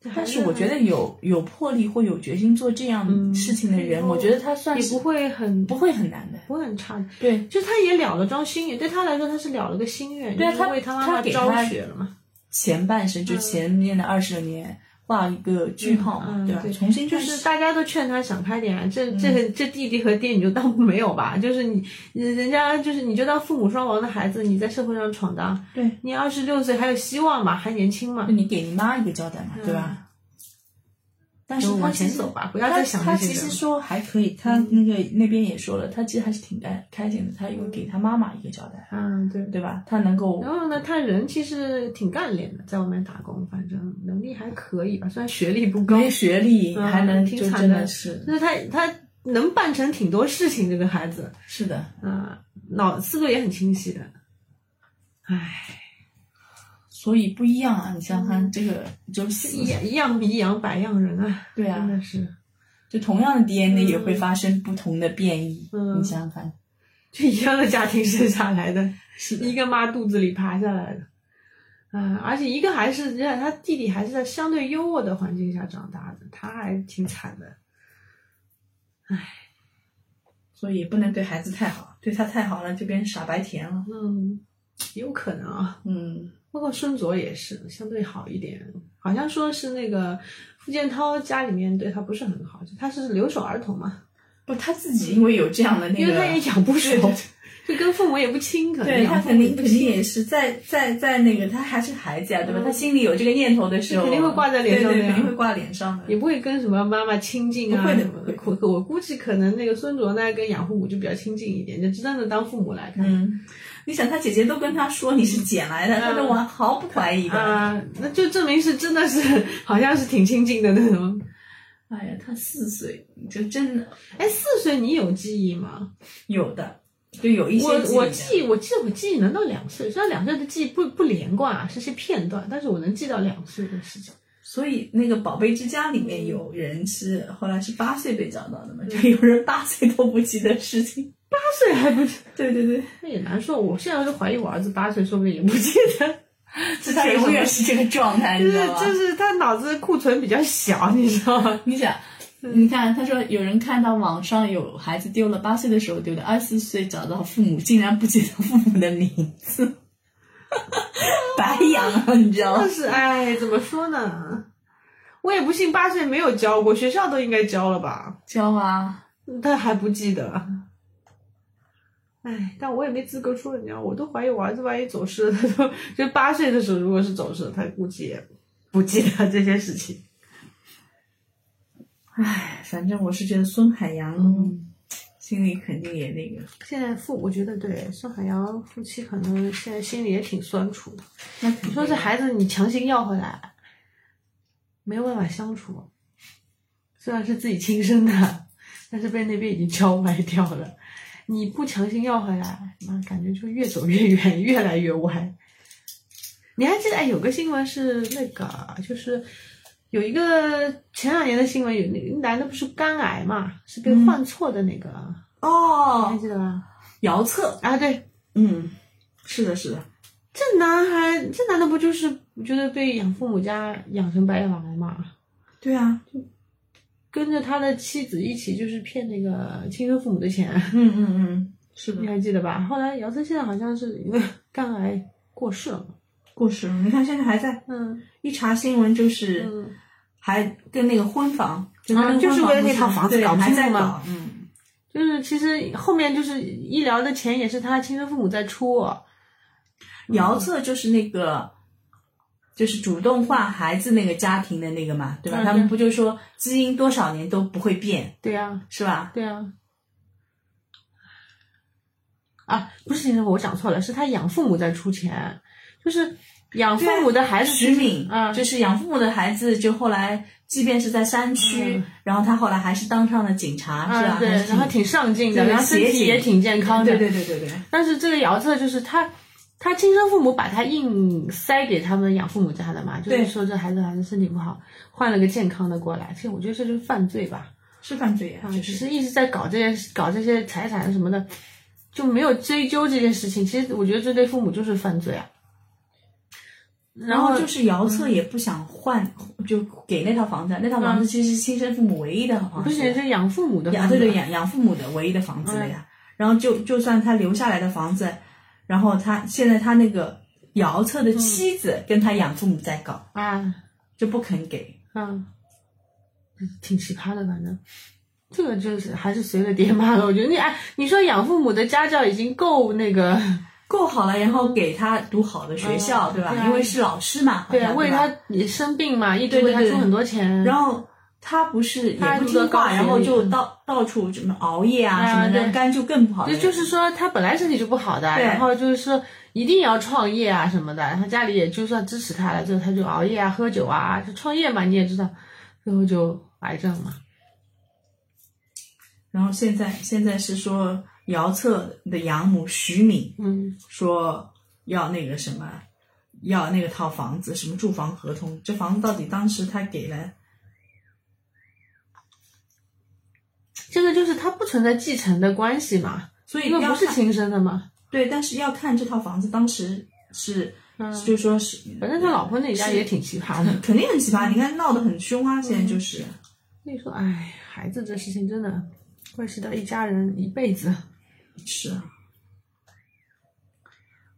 Speaker 2: 这孩
Speaker 1: 但
Speaker 2: 子
Speaker 1: 是我觉得有有魄力或有决心做这样
Speaker 2: 嗯
Speaker 1: 事情的人，
Speaker 2: 嗯
Speaker 1: 我觉得他算
Speaker 2: 也
Speaker 1: 是
Speaker 2: 不会很
Speaker 1: 不会很难的。
Speaker 2: 不会很差的，
Speaker 1: 对，
Speaker 2: 就他也了了桩心愿，对他来说他是了了个心愿，
Speaker 1: 对啊
Speaker 2: 因
Speaker 1: 他
Speaker 2: 为为他妈
Speaker 1: 他
Speaker 2: 妈
Speaker 1: 给
Speaker 2: 昭
Speaker 1: 他
Speaker 2: 雪了嘛，
Speaker 1: 前半生
Speaker 2: 嗯
Speaker 1: 就前面的二十年画一个句号嘛，
Speaker 2: 嗯
Speaker 1: 对吧？啊
Speaker 2: 对
Speaker 1: 重新嗯
Speaker 2: 就
Speaker 1: 就是是
Speaker 2: 大家都劝他想开点啊，这这这弟弟和爹你就当没有吧，就是你人家就是你就当父母双亡的孩子，你在社会上闯荡，
Speaker 1: 对，
Speaker 2: 你二十六岁还有希望嘛，还年轻嘛
Speaker 1: 就，你给你妈一个交代嘛，对吧？但是
Speaker 2: 嗯就
Speaker 1: 他
Speaker 2: 往
Speaker 1: 其
Speaker 2: 前
Speaker 1: 实
Speaker 2: 走吧，不要
Speaker 1: 他
Speaker 2: 再想
Speaker 1: 他
Speaker 2: 那些
Speaker 1: 其实
Speaker 2: 人了。嗯
Speaker 1: 说还可以，他那个那边也说了，他其实还是挺开开心的，他有给他妈妈一个交代，
Speaker 2: 嗯，对。
Speaker 1: 对吧？他能够
Speaker 2: 然后呢，他人其实挺干练的，在外面打工，反正能力还可以吧，虽然学历不高，
Speaker 1: 没学历，
Speaker 2: 嗯
Speaker 1: 还能
Speaker 2: 挺
Speaker 1: 就
Speaker 2: 惨
Speaker 1: 真
Speaker 2: 的
Speaker 1: 的是
Speaker 2: 就是他他能办成挺多事情，这个孩子，
Speaker 1: 是的，
Speaker 2: 啊、脑思路也很清晰的。唉，
Speaker 1: 所以不一样啊！你想想
Speaker 2: 嗯
Speaker 1: 看，这个就
Speaker 2: 一
Speaker 1: 是
Speaker 2: 样一样比一样百样人啊，
Speaker 1: 对啊
Speaker 2: 真，的是，
Speaker 1: 就同样的 DNA
Speaker 2: 嗯
Speaker 1: 也会发生不同的变异，
Speaker 2: 嗯
Speaker 1: 你想想看，
Speaker 2: 就一样的家庭生下来的，
Speaker 1: 是
Speaker 2: 一个妈肚子里爬下来的，啊、而且一个还是，你看他弟弟还是在相对优渥的环境下长大的，他还挺惨的。
Speaker 1: 所以也不能对孩子太好，对他太好了就变成傻白甜了。
Speaker 2: 嗯，有可能啊，
Speaker 1: 嗯，
Speaker 2: 包括孙卓也是相对好一点，好像说是那个付建涛家里面对他不是很好，就他是留守儿童嘛，
Speaker 1: 不，他自己因为有这样的那个，
Speaker 2: 因为他也养不
Speaker 1: 对
Speaker 2: 熟
Speaker 1: 对，
Speaker 2: 就跟父母也不亲，可能
Speaker 1: 对
Speaker 2: 养
Speaker 1: 他
Speaker 2: 父
Speaker 1: 肯定
Speaker 2: 母
Speaker 1: 肯定也是在在在那个，他还是孩子呀，对吧？他心里有这个念头的时候，
Speaker 2: 肯定会挂在脸上的
Speaker 1: 对对
Speaker 2: 呀
Speaker 1: 肯定会挂脸上的。
Speaker 2: 也不会跟什么妈妈亲近啊，
Speaker 1: 不会的
Speaker 2: 什么
Speaker 1: 不会
Speaker 2: 可可我估计可能那个孙卓呢跟养父母就比较亲近一点，就真的当父母来看。
Speaker 1: 嗯，你想，他姐姐都跟他说你是捡来的，他都完毫不怀疑的。
Speaker 2: 啊、那就证明是真的是，好像是挺亲近的那种。
Speaker 1: 哎呀，他四岁就真的
Speaker 2: 哎，四岁你有记忆吗？
Speaker 1: 有的，就有一些
Speaker 2: 我我
Speaker 1: 记忆
Speaker 2: 记我记得我记忆能到两岁，虽然两岁的记忆不不连贯啊，是些片段，但是我能记到两岁的事情。
Speaker 1: 所以那个《宝贝之家》里面有人是后来是八岁被找到的嘛，就有人八岁都不记得事情。
Speaker 2: 八岁还不记，
Speaker 1: 对对对，
Speaker 2: 那也难说。我现在就怀疑我儿子八岁，说不定也不记得。
Speaker 1: 就他永远 是这个状态，你
Speaker 2: 就
Speaker 1: 知
Speaker 2: 是
Speaker 1: 道吗？
Speaker 2: 就是他脑子库存比较小，你知道吗？
Speaker 1: 你想，你看，他说有人看到网上有孩子丢了，八岁的时候丢的，二十四岁找到父母，竟然不记得父母的名字， 白养了，你知道吗
Speaker 2: 但？是哎，怎么说呢？我也不信八岁没有教过，学校都应该教了吧？
Speaker 1: 教啊，
Speaker 2: 他还不记得。哎，但我也没资格说人家，我都怀疑我儿子万一走失了，他都就八岁的时候，如果是走失了，他估计也不记得这些事情。
Speaker 1: 唉，哎反正我是觉得孙海洋、心里肯定也那个。
Speaker 2: 现在父，我觉得对孙海洋夫妻可能现在心里也挺酸楚的。
Speaker 1: 那肯定
Speaker 2: 你说这孩子你强行要回来，没有办法相处。虽然是自己亲生的，但是被那边已经教歪掉了。你不强行要回来，妈感觉就越走越远，越来越歪。你还记得哎，有个新闻是那个，就是有一个前两年的新闻，有那个男的不是肝癌嘛，是被
Speaker 1: 嗯
Speaker 2: 换错的那个，哦你还
Speaker 1: 哦，
Speaker 2: 记得吧？
Speaker 1: 姚策，
Speaker 2: 啊，对，
Speaker 1: 嗯，是的，是的，
Speaker 2: 这男孩，这男的不就是我觉得被养父母家养成白眼狼了嘛？
Speaker 1: 对啊，
Speaker 2: 跟着他的妻子一起就是骗那个亲生父母的钱，
Speaker 1: 嗯嗯嗯，是
Speaker 2: 你
Speaker 1: 的，
Speaker 2: 还记得吧？后来姚策现在好像是因为肝癌过世了嘛。
Speaker 1: 过世了。你看现在还在，
Speaker 2: 嗯
Speaker 1: 一查新闻就是。
Speaker 2: 嗯，
Speaker 1: 还跟那个婚房，就
Speaker 2: 啊就是为了那套
Speaker 1: 套
Speaker 2: 房子搞
Speaker 1: 还
Speaker 2: 清楚
Speaker 1: 在
Speaker 2: 嘛
Speaker 1: 搞，嗯，
Speaker 2: 就是其实后面就是医疗的钱也是他亲生父母在出、哦嗯
Speaker 1: 姚策就是那个。就是主动换孩子那个家庭的那个嘛，对吧？
Speaker 2: 嗯
Speaker 1: 他们不就说基因多少年都不会变，
Speaker 2: 对呀、
Speaker 1: 是吧？
Speaker 2: 对呀、啊。不是，我讲错了，是他养父母在出钱，就是养父母的孩子
Speaker 1: 啊徐敏
Speaker 2: 啊，
Speaker 1: 就是养父母的孩子，就后来即便是在山区，
Speaker 2: 嗯
Speaker 1: 然后他后来还是当上了警察，是吧？
Speaker 2: 啊，对，
Speaker 1: 还是
Speaker 2: 然后挺上进的，
Speaker 1: 对
Speaker 2: 然后身
Speaker 1: 协
Speaker 2: 体
Speaker 1: 警
Speaker 2: 也挺健康的，
Speaker 1: 对对对对对，
Speaker 2: 但是这个姚策就是他，他亲生父母把他硬塞给他们养父母家的嘛，就是
Speaker 1: 对
Speaker 2: 说这孩子好像身体不好，换了个健康的过来。其实我觉得这就是犯罪吧，
Speaker 1: 是犯罪啊，
Speaker 2: 啊，
Speaker 1: 就
Speaker 2: 只
Speaker 1: 是
Speaker 2: 是一直在搞这些搞这些财产什么的，就没有追究这件事情。其实我觉得这对父母就是犯罪啊。然
Speaker 1: 然后
Speaker 2: 后嗯
Speaker 1: 就是姚策也不想换，就给那套房子，那套房子其实是亲生父母唯一的房子，
Speaker 2: 嗯不是是养父母啊的
Speaker 1: 养
Speaker 2: 犯
Speaker 1: 对
Speaker 2: 罪，
Speaker 1: 对养养父母的唯一的房子了
Speaker 2: 嗯
Speaker 1: 呀。然后就就算他留下来的房子，然后他现在他那个姚策
Speaker 2: 嗯
Speaker 1: 的妻子跟他养父母在搞，
Speaker 2: 啊，
Speaker 1: 就不肯给。
Speaker 2: 嗯，挺奇葩的，反正这个就是还是随了爹妈了。我觉得你哎，你说养父母的家教已经够那个，
Speaker 1: 够好了，然后给他读好的学校，
Speaker 2: 嗯
Speaker 1: 对吧？
Speaker 2: 对啊
Speaker 1: 因为是老师嘛，
Speaker 2: 对
Speaker 1: 好
Speaker 2: 啊，
Speaker 1: 像
Speaker 2: 为
Speaker 1: 吧
Speaker 2: 他也生病嘛，一直
Speaker 1: 对对
Speaker 2: 为他
Speaker 1: 对
Speaker 2: 出很多钱，
Speaker 1: 然后他不是
Speaker 2: 他
Speaker 1: 也不
Speaker 2: 读的
Speaker 1: 听
Speaker 2: 高
Speaker 1: 话，
Speaker 2: 学
Speaker 1: 然后
Speaker 2: 历
Speaker 1: 就到到处什么熬夜啊
Speaker 2: 啊
Speaker 1: 什么的，
Speaker 2: 对
Speaker 1: 肝就更不好了
Speaker 2: 就。就是说他本来身体就不好的，
Speaker 1: 对
Speaker 2: 然后就是说一定要创业啊什么的，然后家里也就算支持他了，就他就熬夜啊、喝酒啊，就创业嘛，你也知道，最后就癌症嘛。
Speaker 1: 然后现在现在是说姚策的养母徐敏，
Speaker 2: 嗯，
Speaker 1: 说要那个什么，要那个套房子，什么住房合同，这房子到底当时他给了？
Speaker 2: 这个就是他不存在继承的关系嘛，
Speaker 1: 所以
Speaker 2: 因为
Speaker 1: 要
Speaker 2: 不是
Speaker 1: 看
Speaker 2: 亲生的嘛。
Speaker 1: 对，但是要看这套房子当时是，
Speaker 2: 嗯，
Speaker 1: 就说是，
Speaker 2: 反正他老婆那家也挺奇 葩的。
Speaker 1: 肯定很奇葩。你看闹得很凶啊，
Speaker 2: 嗯
Speaker 1: 现在就是，
Speaker 2: 所以说，哎，孩子这事情真的关系到一家人一辈子。
Speaker 1: 是啊，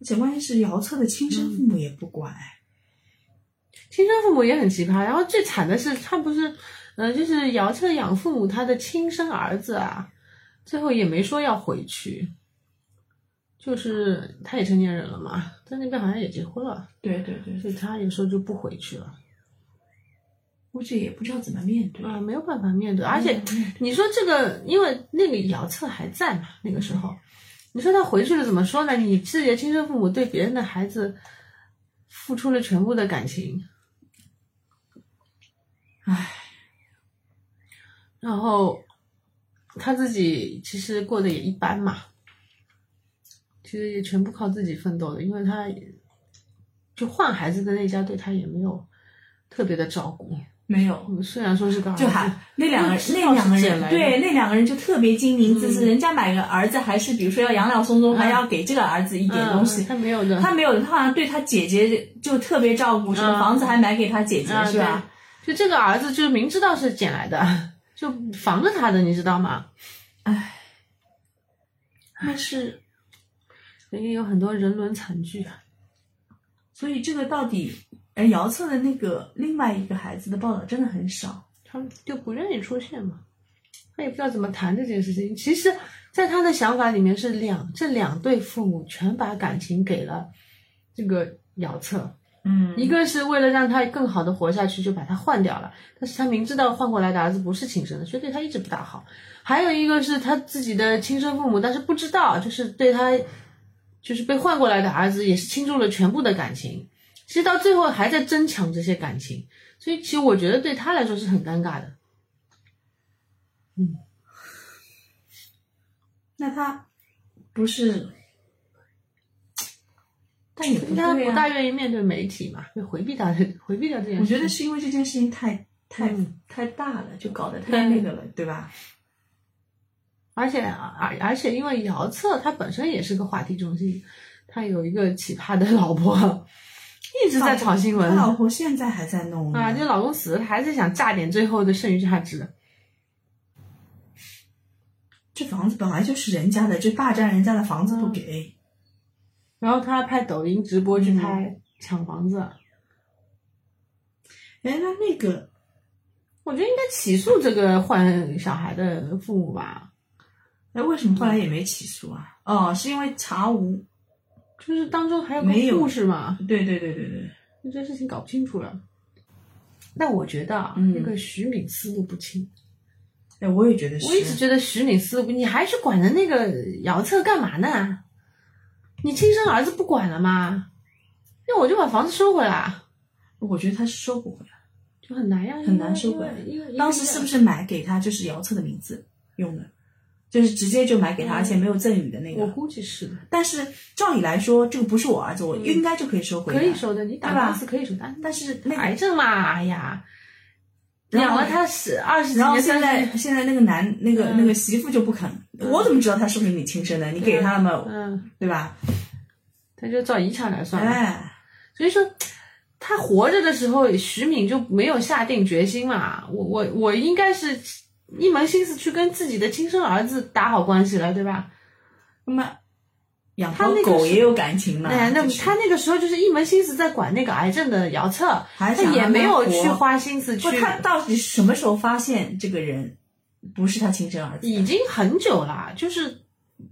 Speaker 1: 而且关键是姚策的亲生父
Speaker 2: 嗯
Speaker 1: 母也不管，哎
Speaker 2: 亲生父母也很奇葩。然后最惨的是，他不是，呃，就是姚策的养父母，他的亲生儿子啊，最后也没说要回去，就是他也成年人了嘛，在那边好像也结婚了，
Speaker 1: 对对对，
Speaker 2: 所以他也说就不回去了。
Speaker 1: 估计也不知道怎么面对。
Speaker 2: 啊，没有办法面对。而且你说这个，因为那个姚策还在嘛，那个时候，你说他回去了怎么说呢？你自己的亲生父母对别人的孩子付出了全部的感情，
Speaker 1: 唉，
Speaker 2: 然后他自己其实过得也一般嘛，其实也全部靠自己奋斗的，因为他就换孩子的那家对他也没有特别的照顾。
Speaker 1: 没有，
Speaker 2: 嗯虽然说是个儿子
Speaker 1: 就还那两个人
Speaker 2: 知，道
Speaker 1: 那两个
Speaker 2: 是捡
Speaker 1: 人，
Speaker 2: 来的嗯
Speaker 1: 对，那两个人就特别精明自私。人家买个儿子，还是比如说要养老送终，还要给这个儿子一点东
Speaker 2: 嗯
Speaker 1: 西。
Speaker 2: 他没有 的，
Speaker 1: 他没有的，他好像对他姐姐就特别照顾，什么房子还买给他姐姐，
Speaker 2: 啊
Speaker 1: 是吧？
Speaker 2: 对就这个儿子，就是明知道是捡来的，就防着他的，你知道吗？
Speaker 1: 但是，
Speaker 2: 所以有很多人伦惨剧啊。
Speaker 1: 所以这个到底，呃，姚策的那个另外一个孩子的报道真的很少。
Speaker 2: 他们就不愿意出现嘛，他也不知道怎么谈这件事情。其实，在他的想法里面是两这两对父母全把感情给了这个姚策，
Speaker 1: 嗯
Speaker 2: 一个是为了让他更好的活下去，就把他换掉了，但是他明知道换过来的儿子不是亲生的，所以对他一直不大好。还有一个是他自己的亲生父母，但是不知道，就是对他，就是被换过来的儿子也是倾注了全部的感情，其实到最后还在争抢这些感情。所以其实我觉得对他来说是很尴尬的。
Speaker 1: 那他不是，但也不
Speaker 2: 应该
Speaker 1: 对
Speaker 2: 不
Speaker 1: 啊
Speaker 2: 大。愿意面对媒体嘛，就回避掉这 回避掉这件事。
Speaker 1: 我觉得是因为这件事情太太
Speaker 2: 嗯
Speaker 1: 太大了，就搞得太那个了，对吧？
Speaker 2: 而且啊而而且因为姚策他本身也是个话题中心，他有一个奇葩的老婆，一直在炒新闻
Speaker 1: 他老婆现在还在弄呢
Speaker 2: 啊，就老公死了还是想榨点最后的剩余价值。
Speaker 1: 这房子本来就是人家的，就霸占人家的房
Speaker 2: 嗯
Speaker 1: 子不给，
Speaker 2: 然后他拍抖音直播去
Speaker 1: 嗯
Speaker 2: 拍抢房子，
Speaker 1: 哎，那那个
Speaker 2: 我觉得应该起诉这个换小孩的父母吧，
Speaker 1: 哎，为什么后来也没起诉啊？哦，是因为查无，
Speaker 2: 就是当中还有
Speaker 1: 没
Speaker 2: 个
Speaker 1: 有
Speaker 2: 故事嘛。
Speaker 1: 对对对对对，
Speaker 2: 就这事情搞不清楚了。但我觉得啊，
Speaker 1: 嗯
Speaker 2: 那个徐敏思路不清。
Speaker 1: 哎，我也觉得
Speaker 2: 我一直
Speaker 1: 是，
Speaker 2: 觉得徐敏思路不，你还去管着那个姚策干嘛呢？你亲生儿子不管了吗？那我就把房子收回来，
Speaker 1: 我觉得他是收不回来。
Speaker 2: 就很难呀，
Speaker 1: 很难收回来
Speaker 2: 因为因为
Speaker 1: 当时是不
Speaker 2: 是
Speaker 1: 是买给他就是姚策的名字用的，就是直接就买给他，
Speaker 2: 嗯
Speaker 1: 而且没有赠与的那
Speaker 2: 我
Speaker 1: 个。
Speaker 2: 估计是的，
Speaker 1: 但是照理来说，这个不是我儿子，我
Speaker 2: 嗯
Speaker 1: 应该就可以收回来。
Speaker 2: 可以收的，你打
Speaker 1: 啊对吧
Speaker 2: 官司可以收，但
Speaker 1: 但是那
Speaker 2: 癌症嘛，哎呀，
Speaker 1: 然后
Speaker 2: 养了他十二十几
Speaker 1: 然后
Speaker 2: 年，
Speaker 1: 现
Speaker 2: 三十
Speaker 1: 在现在那个男那个、
Speaker 2: 嗯
Speaker 1: 那个媳妇就不肯，我怎么知道他是不是你亲生的？你给他了吗？
Speaker 2: 嗯，
Speaker 1: 对吧？
Speaker 2: 他就照遗产来算了。
Speaker 1: 哎，
Speaker 2: 所以说，他活着的时候，徐敏就没有下定决心嘛。我我我应该是一门心思去跟自己的亲生儿子打好关系了，对吧？
Speaker 1: 那么养
Speaker 2: 他
Speaker 1: 条
Speaker 2: 那个
Speaker 1: 狗
Speaker 2: 是
Speaker 1: 也有感情嘛？
Speaker 2: 哎呀，那
Speaker 1: 就是
Speaker 2: 他那个时候就是一门心思在管那个癌症的姚策，
Speaker 1: 还
Speaker 2: 他
Speaker 1: 想
Speaker 2: 也
Speaker 1: 让他
Speaker 2: 没有
Speaker 1: 活
Speaker 2: 去花心思去
Speaker 1: 不，，他到底什么时候发现这个人不是他亲生儿子？
Speaker 2: 已经很久了，就是。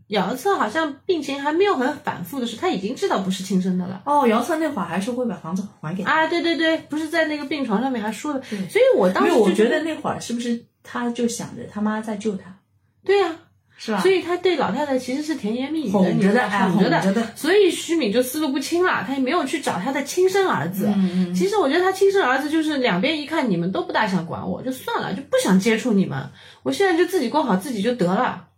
Speaker 2: 姚策好像病情还没有很反复的时候，他已经知道不是亲生的了
Speaker 1: 哦，姚策那会儿还说会把房子还给他，
Speaker 2: 啊！对对对，不是在那个病床上面还说了，
Speaker 1: 对
Speaker 2: 所以我当
Speaker 1: 因
Speaker 2: 时
Speaker 1: 为我
Speaker 2: 就
Speaker 1: 觉得那会儿是不是他就想着他妈在救他，
Speaker 2: 对呀、
Speaker 1: 是吧？
Speaker 2: 所以他对老太太其实是甜言蜜语的，
Speaker 1: 哄
Speaker 2: 你知
Speaker 1: 着的，
Speaker 2: 道
Speaker 1: 哎，
Speaker 2: 哄
Speaker 1: 哄
Speaker 2: 着的。
Speaker 1: 着的，
Speaker 2: 所以徐敏就思路不清了，他也没有去找他的亲生儿子。
Speaker 1: 嗯嗯，
Speaker 2: 其实我觉得他亲生儿子就是两边一看你们都不大想管我，就算了，就不想接触你们，我现在就自己过好自己就得了。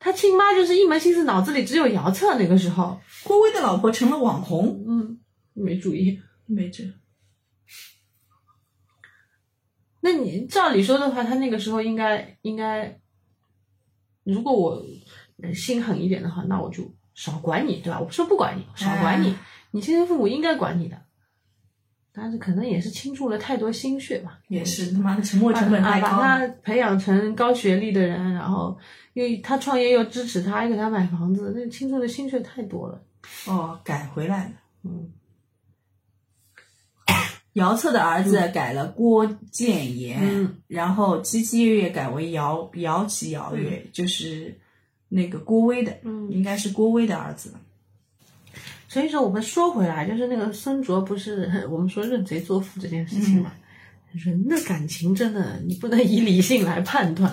Speaker 2: 他亲妈就是一门心思，脑子里只有姚策。那个时候，
Speaker 1: 郭威的老婆成了网红，
Speaker 2: 嗯，没注意。
Speaker 1: 没辙。
Speaker 2: 那你照理说的话，他那个时候应该应该，如果我呃心狠一点的话，那我就少管你，对吧？我不说不管你，少管
Speaker 1: 哎
Speaker 2: 你，你亲生父母应该管你的。但是可能也是倾注了太多心血吧，
Speaker 1: 也是他妈的沉没成本
Speaker 2: 啊，
Speaker 1: 太
Speaker 2: 把
Speaker 1: 高了。
Speaker 2: 他培养成高学历的人，然后又他创业又支持他，又给他买房子，那倾注的心血太多了。
Speaker 1: 哦，改回来了。
Speaker 2: 嗯，
Speaker 1: 姚策的儿子改了郭建言，
Speaker 2: 嗯
Speaker 1: 然后七七月月改为姚姚其姚月，就是那个郭威的，
Speaker 2: 嗯
Speaker 1: 应该是郭威的儿子。
Speaker 2: 所以说我们说回来，就是那个孙卓不是 我们说认贼作父这件事情嘛，
Speaker 1: 嗯
Speaker 2: 人的感情真的你不能以理性来判断。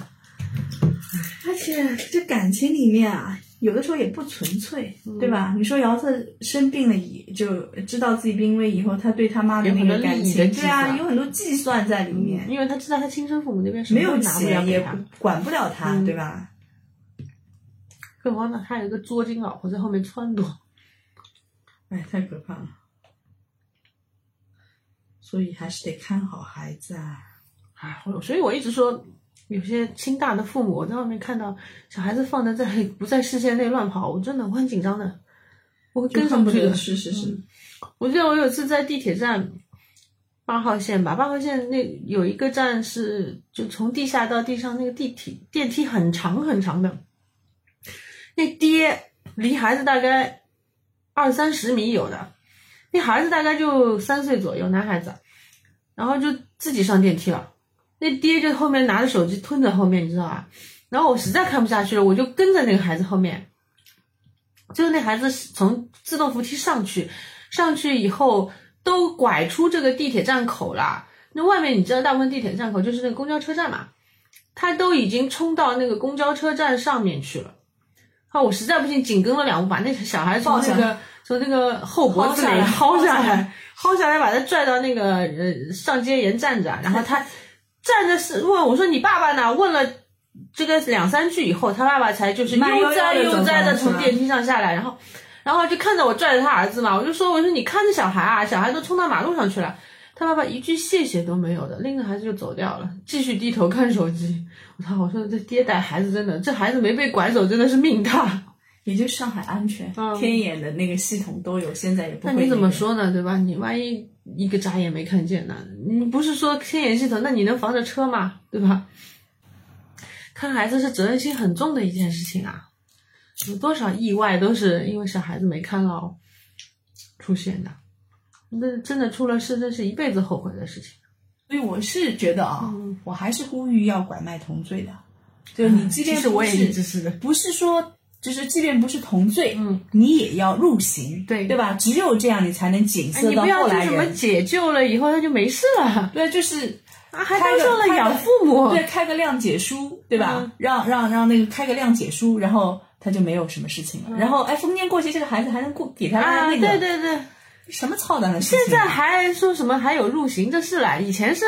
Speaker 1: 而且这感情里面啊，有的时候也不纯粹，对吧？嗯你说姚策生病了以，就知道自己病危以后，他对他妈的
Speaker 2: 有
Speaker 1: 那
Speaker 2: 很
Speaker 1: 个
Speaker 2: 多
Speaker 1: 感
Speaker 2: 利益的
Speaker 1: 情，
Speaker 2: 计
Speaker 1: 对啊，
Speaker 2: 算
Speaker 1: 有很多计算在里嗯面，
Speaker 2: 因为他知道他亲生父母那边什么
Speaker 1: 没
Speaker 2: 都
Speaker 1: 有
Speaker 2: 拿不了
Speaker 1: 钱
Speaker 2: 给
Speaker 1: 也
Speaker 2: 他，
Speaker 1: 管不了他，
Speaker 2: 嗯
Speaker 1: 对吧？
Speaker 2: 更何况呢，他有一个作精老婆在后面撺掇。
Speaker 1: 哎，太可怕了。所以还是得看好孩子啊。
Speaker 2: 哎，我所以我一直说，有些清大的父母，我在外面看到小孩子放在这里不在视线内乱跑，我真的我很紧张的，我会跟
Speaker 1: 恨
Speaker 2: 上
Speaker 1: 不
Speaker 2: 去的
Speaker 1: 得。是是是，
Speaker 2: 我记得我有一次在地铁站八号线吧，八号线那有一个站是就从地下到地上那个地体电梯很长很长的，那爹离孩子大概二三十米有的，那孩子大概就三岁左右，男孩子，然后就自己上电梯了，那爹就后面拿着手机吞在后面，你知道吧？然后我实在看不下去了，我就跟在那个孩子后面，最后那孩子是从自动扶梯上去，上去以后都拐出这个地铁站口了。那外面你知道，大部分地铁站口就是那个公交车站嘛，他都已经冲到那个公交车站上面去了。啊，我实在不行，紧跟了两步，把那个小孩从
Speaker 1: 抱
Speaker 2: 那
Speaker 1: 上
Speaker 2: 个从那个后脖子
Speaker 1: 薅下
Speaker 2: 里
Speaker 1: 来
Speaker 2: 薅
Speaker 1: 薅
Speaker 2: 下
Speaker 1: 下
Speaker 2: 来
Speaker 1: 来，
Speaker 2: 薅下来，把他拽到那个呃上街沿站着，然后他站着是问我说你爸爸呢？问了这个两三句以后，他爸爸才就是
Speaker 1: 慢
Speaker 2: 悠
Speaker 1: 悠
Speaker 2: 哉
Speaker 1: 悠地
Speaker 2: 悠哉的
Speaker 1: 走上
Speaker 2: 从
Speaker 1: 来
Speaker 2: 电梯上下来，然后然后就看着我拽着他儿子嘛，我就说我说你看着小孩啊，小孩都冲到马路上去了。他爸爸一句谢谢都没有的，拎着孩子就走掉了，继续低头看手机。我操！我说这爹带孩子真的，这孩子没被拐走真的是命大。
Speaker 1: 也就上海安全、
Speaker 2: 嗯
Speaker 1: 天眼的那个系统都有，现在也不
Speaker 2: 那
Speaker 1: 会。
Speaker 2: 你怎么？说呢？对吧？你万一一个眨眼没看见呢？你不是说天眼系统，那你能防着车吗？对吧？看孩子是责任心很重的一件事情啊，有多少意外都是因为小孩子没看牢出现的。那真的出了事，这是一辈子后悔的事情。
Speaker 1: 所以我是觉得啊，
Speaker 2: 嗯
Speaker 1: 我还是呼吁要拐卖同罪的，就是你即便
Speaker 2: 其实
Speaker 1: 不
Speaker 2: 我也一
Speaker 1: 是
Speaker 2: 直是的，
Speaker 1: 不是说，就是即便不是同罪，
Speaker 2: 嗯，
Speaker 1: 你也要入刑，
Speaker 2: 对
Speaker 1: 对吧？只有这样，你才能警
Speaker 2: 哎，
Speaker 1: 色
Speaker 2: 你
Speaker 1: 到
Speaker 2: 不要
Speaker 1: 后
Speaker 2: 就
Speaker 1: 来
Speaker 2: 什么
Speaker 1: 人。
Speaker 2: 解救了以后他就没事了，
Speaker 1: 对，就是
Speaker 2: 啊，还
Speaker 1: 开
Speaker 2: 当
Speaker 1: 个
Speaker 2: 上了
Speaker 1: 开个
Speaker 2: 养父母。
Speaker 1: 对，开个谅解书，对吧？
Speaker 2: 哦嗯
Speaker 1: 让让让那个开个谅解书，然后他就没有什么事情了。然后哎，逢年过节这个孩子还能过给他
Speaker 2: 嗯啊，
Speaker 1: 那个、
Speaker 2: 对对对。
Speaker 1: 什么操蛋的事情
Speaker 2: 现
Speaker 1: 啊？
Speaker 2: 在还说什么还有入刑这事来，以前是，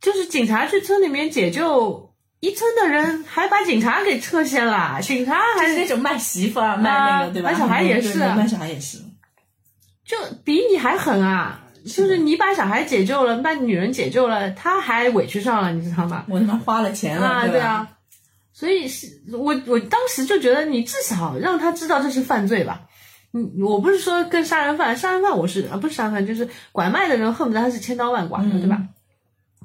Speaker 2: 就是警察去村里面解救一村的人，还把警察给撤下了，警察
Speaker 1: 还
Speaker 2: 还
Speaker 1: 是那种卖媳妇啊，卖那
Speaker 2: 啊
Speaker 1: 个对吧？
Speaker 2: 卖小孩也
Speaker 1: 对
Speaker 2: 是
Speaker 1: 卖小孩也是。
Speaker 2: 就比你还狠啊！就是你把小孩解救了，把女人解救了，他还委屈上了，你知道吗？
Speaker 1: 我他妈花了钱了，
Speaker 2: 啊，
Speaker 1: 对吧？
Speaker 2: 啊，所以是我我当时就觉得你至少让他知道这是犯罪吧。嗯，我不是说跟杀人犯，杀人犯我是啊不是杀人犯，就是拐卖的人，恨不得他是千刀万剐的，
Speaker 1: 嗯
Speaker 2: 对吧？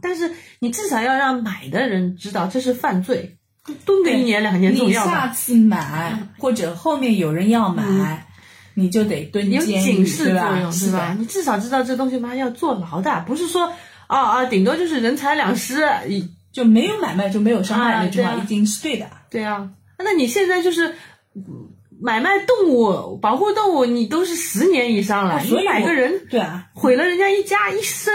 Speaker 2: 但是你至少要让买的人知道这是犯罪，蹲个一年两年总
Speaker 1: 你
Speaker 2: 要吧
Speaker 1: 下？次买或者后面有人要买，你就得蹲
Speaker 2: 嗯有
Speaker 1: 监狱，
Speaker 2: 警示
Speaker 1: 对
Speaker 2: 作
Speaker 1: 吧？
Speaker 2: 用是
Speaker 1: 是
Speaker 2: 吧？？你至少知道这东西嘛要坐牢的，不是说哦啊，顶多就是人财两失，一
Speaker 1: 就没有买卖就没有伤害
Speaker 2: 啊
Speaker 1: 那句话
Speaker 2: 对啊
Speaker 1: 一定是对的。
Speaker 2: 对啊，那你现在就是嗯买卖动物、保护动物，你都是十年以上了，
Speaker 1: 哦所以
Speaker 2: 你买
Speaker 1: 我
Speaker 2: 个人
Speaker 1: 对啊，
Speaker 2: 毁了人家一家一生，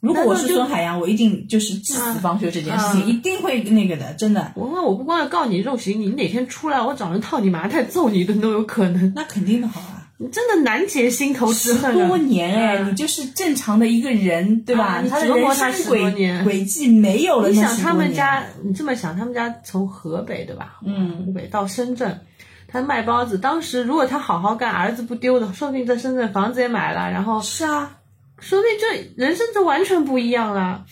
Speaker 1: 如果我是
Speaker 2: 那就
Speaker 1: 孙海洋，我一定就是至死方休这件事情，
Speaker 2: 啊
Speaker 1: 一定会那个的，真的。
Speaker 2: 我问我不光要告你肉刑，你哪天出来我找人套你麻袋揍你一顿都有可能，
Speaker 1: 那肯定的好啊，
Speaker 2: 你真的难解心头
Speaker 1: 十
Speaker 2: 之恨
Speaker 1: 多
Speaker 2: 啊！
Speaker 1: 年哎，
Speaker 2: 啊
Speaker 1: 你就是正常的一个人，对
Speaker 2: 啊
Speaker 1: 吧？
Speaker 2: 你
Speaker 1: 他的
Speaker 2: 折磨
Speaker 1: 人
Speaker 2: 他
Speaker 1: 生
Speaker 2: 10多年
Speaker 1: 轨轨迹没有了
Speaker 2: 你
Speaker 1: 那
Speaker 2: 想
Speaker 1: 10
Speaker 2: 他
Speaker 1: 多
Speaker 2: 们
Speaker 1: 年
Speaker 2: 家，你这么想，他们家从河北对吧？
Speaker 1: 嗯
Speaker 2: 湖北到深圳，他卖包子，当时如果他好好干，儿子不丢的，说不定在深圳房子也买了，然后
Speaker 1: 是啊，
Speaker 2: 说不定这人生就完全不一样了。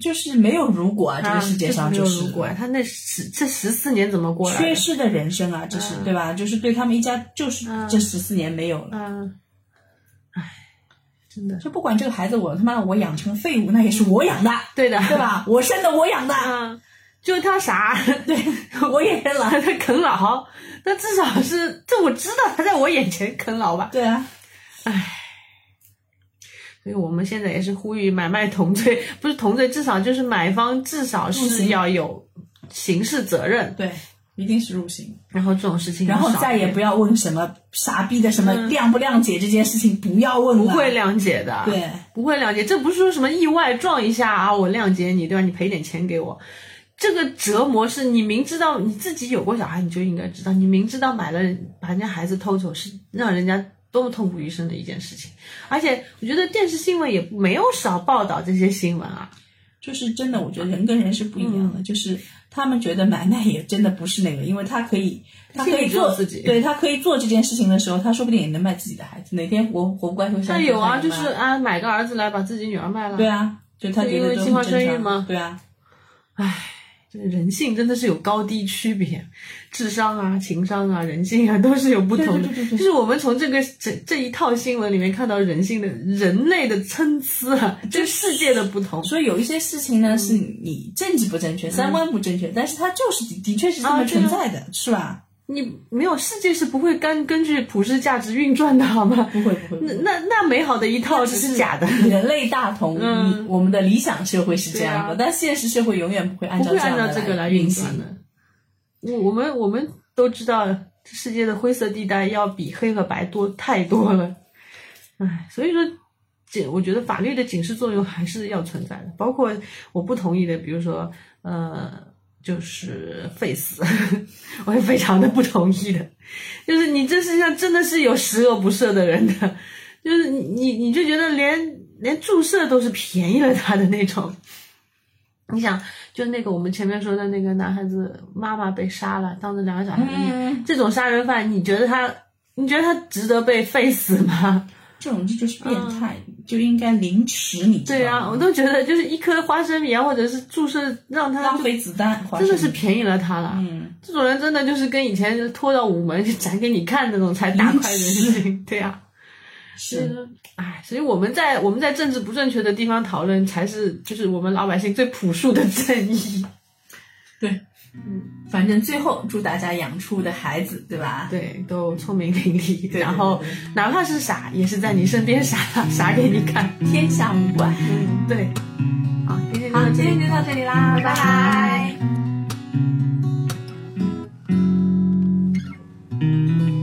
Speaker 1: 就是没有如果啊，这
Speaker 2: 啊
Speaker 1: 个世界上
Speaker 2: 这
Speaker 1: 就嗯
Speaker 2: 没有如果呀，他那十这十四年怎么过来的？
Speaker 1: 缺失的人生啊，这是、对吧？就是对他们一家，就是
Speaker 2: 嗯
Speaker 1: 这十四年没有了。
Speaker 2: 嗯，唉，真的，
Speaker 1: 就不管这个孩子我他妈我养成废物，那也是我养的，
Speaker 2: 对的，
Speaker 1: 对？吧？我生的，我养的，
Speaker 2: 啊，就他啥，
Speaker 1: 对我也认了，
Speaker 2: 他在啃老，但至少是这我知道他在我眼前啃老吧。
Speaker 1: 对啊，
Speaker 2: 所以我们现在也是呼吁买卖同罪，不是同罪，至少就是买方至少是要有刑事责任，
Speaker 1: 对，一定是入刑，
Speaker 2: 然后这种事情
Speaker 1: 然后
Speaker 2: 少
Speaker 1: 再也不要问什么傻逼的什么谅不谅解这件事情，不要问了。
Speaker 2: 嗯不会谅解的，
Speaker 1: 对，
Speaker 2: 不会谅解，这不是说什么意外撞一下啊，我谅解你，对吧？你赔点钱给我，这个折磨是你明知道你自己有过小孩，你就应该知道，你明知道买了把人家孩子偷走是让人家多么痛不欲生的一件事情，而且我觉得电视新闻也没有少报道这些新闻啊，
Speaker 1: 就是真的，我觉得人跟人是不一样
Speaker 2: 嗯
Speaker 1: 的，就是他们觉得买卖也真的不是那个，因为他可以，他可
Speaker 2: 心
Speaker 1: 以
Speaker 2: 里只有
Speaker 1: 做
Speaker 2: 自己
Speaker 1: 对他可以做这件事情的时候，他说不定也能卖自己的孩子，哪天活活不过来会上
Speaker 2: 但
Speaker 1: 去
Speaker 2: 有啊，
Speaker 1: 看一
Speaker 2: 就
Speaker 1: 看
Speaker 2: 是啊，买个儿子来把自己女儿卖了，
Speaker 1: 对啊，就他觉
Speaker 2: 就因
Speaker 1: 得
Speaker 2: 为
Speaker 1: 都很
Speaker 2: 计划
Speaker 1: 正
Speaker 2: 生育
Speaker 1: 常
Speaker 2: 吗
Speaker 1: 对啊，
Speaker 2: 这个人性真的是有高低区别，智商啊、情商啊、人性啊都是有不同的。
Speaker 1: 对对对对对
Speaker 2: 就是我们从这个这这一套新闻里面看到人性的人类的参差啊，这世界的不同。
Speaker 1: 所以有一些事情
Speaker 2: 嗯
Speaker 1: 呢，是你政治不正确，三观不正确，但是它就是的的确是这
Speaker 2: 啊
Speaker 1: 么
Speaker 2: 对啊哦
Speaker 1: 存在的，是吧？
Speaker 2: 你没有世界是不会根根据普世价值运转的好吗？
Speaker 1: 不会不会不
Speaker 2: 那
Speaker 1: 会，
Speaker 2: 那那美好的一套只是假的，
Speaker 1: 人类大同，
Speaker 2: 嗯
Speaker 1: 你我们的理想社会是这样
Speaker 2: 对啊
Speaker 1: 的，但现实社会永远不会按
Speaker 2: 不
Speaker 1: 照
Speaker 2: 会
Speaker 1: 这
Speaker 2: 按
Speaker 1: 样
Speaker 2: 照这个
Speaker 1: 的
Speaker 2: 来
Speaker 1: 来
Speaker 2: 运
Speaker 1: 行
Speaker 2: 转。的。我我们我们都知道，这世界的灰色地带要比黑和白多太多了。唉，所以说，这我觉得法律的警示作用还是要存在的。包括我不同意的，比如说，呃，就是废死，我也非常的不同意的。就是你这世界上真的是有十恶不赦的人的，就是你你你就觉得连连注射都是便宜了他的那种。你想，就那个我们前面说的那个男孩子妈妈被杀了，当着两个小孩的面，
Speaker 1: 嗯
Speaker 2: 这种杀人犯，你觉得他，你觉得他值得被废死吗？
Speaker 1: 这种这就是变态，就应该凌迟你。
Speaker 2: 嗯对啊，我都觉得就是一颗花生米啊，或者是注射，让他
Speaker 1: 浪费子弹，
Speaker 2: 真的是
Speaker 1: 花生
Speaker 2: 便宜了他了。
Speaker 1: 嗯，
Speaker 2: 这种人真的就是跟以前就拖到午门去展给你看那种才大快人心，对啊。
Speaker 1: 是，
Speaker 2: 哎，所以我们在我们在政治不正确的地方讨论，才是就是我们老百姓最朴素的正义。嗯
Speaker 1: 反正最后祝大家养出的孩子，对吧？
Speaker 2: 对，都聪明伶俐，
Speaker 1: 对
Speaker 2: 然后
Speaker 1: 对
Speaker 2: 哪怕是傻，也是在你身边傻傻给你看。
Speaker 1: 天下无怪。
Speaker 2: 嗯，对。好，今天就
Speaker 1: 好
Speaker 2: 到，这
Speaker 1: 今
Speaker 2: 里
Speaker 1: 天就到这里
Speaker 2: 嗯
Speaker 1: 啦，拜拜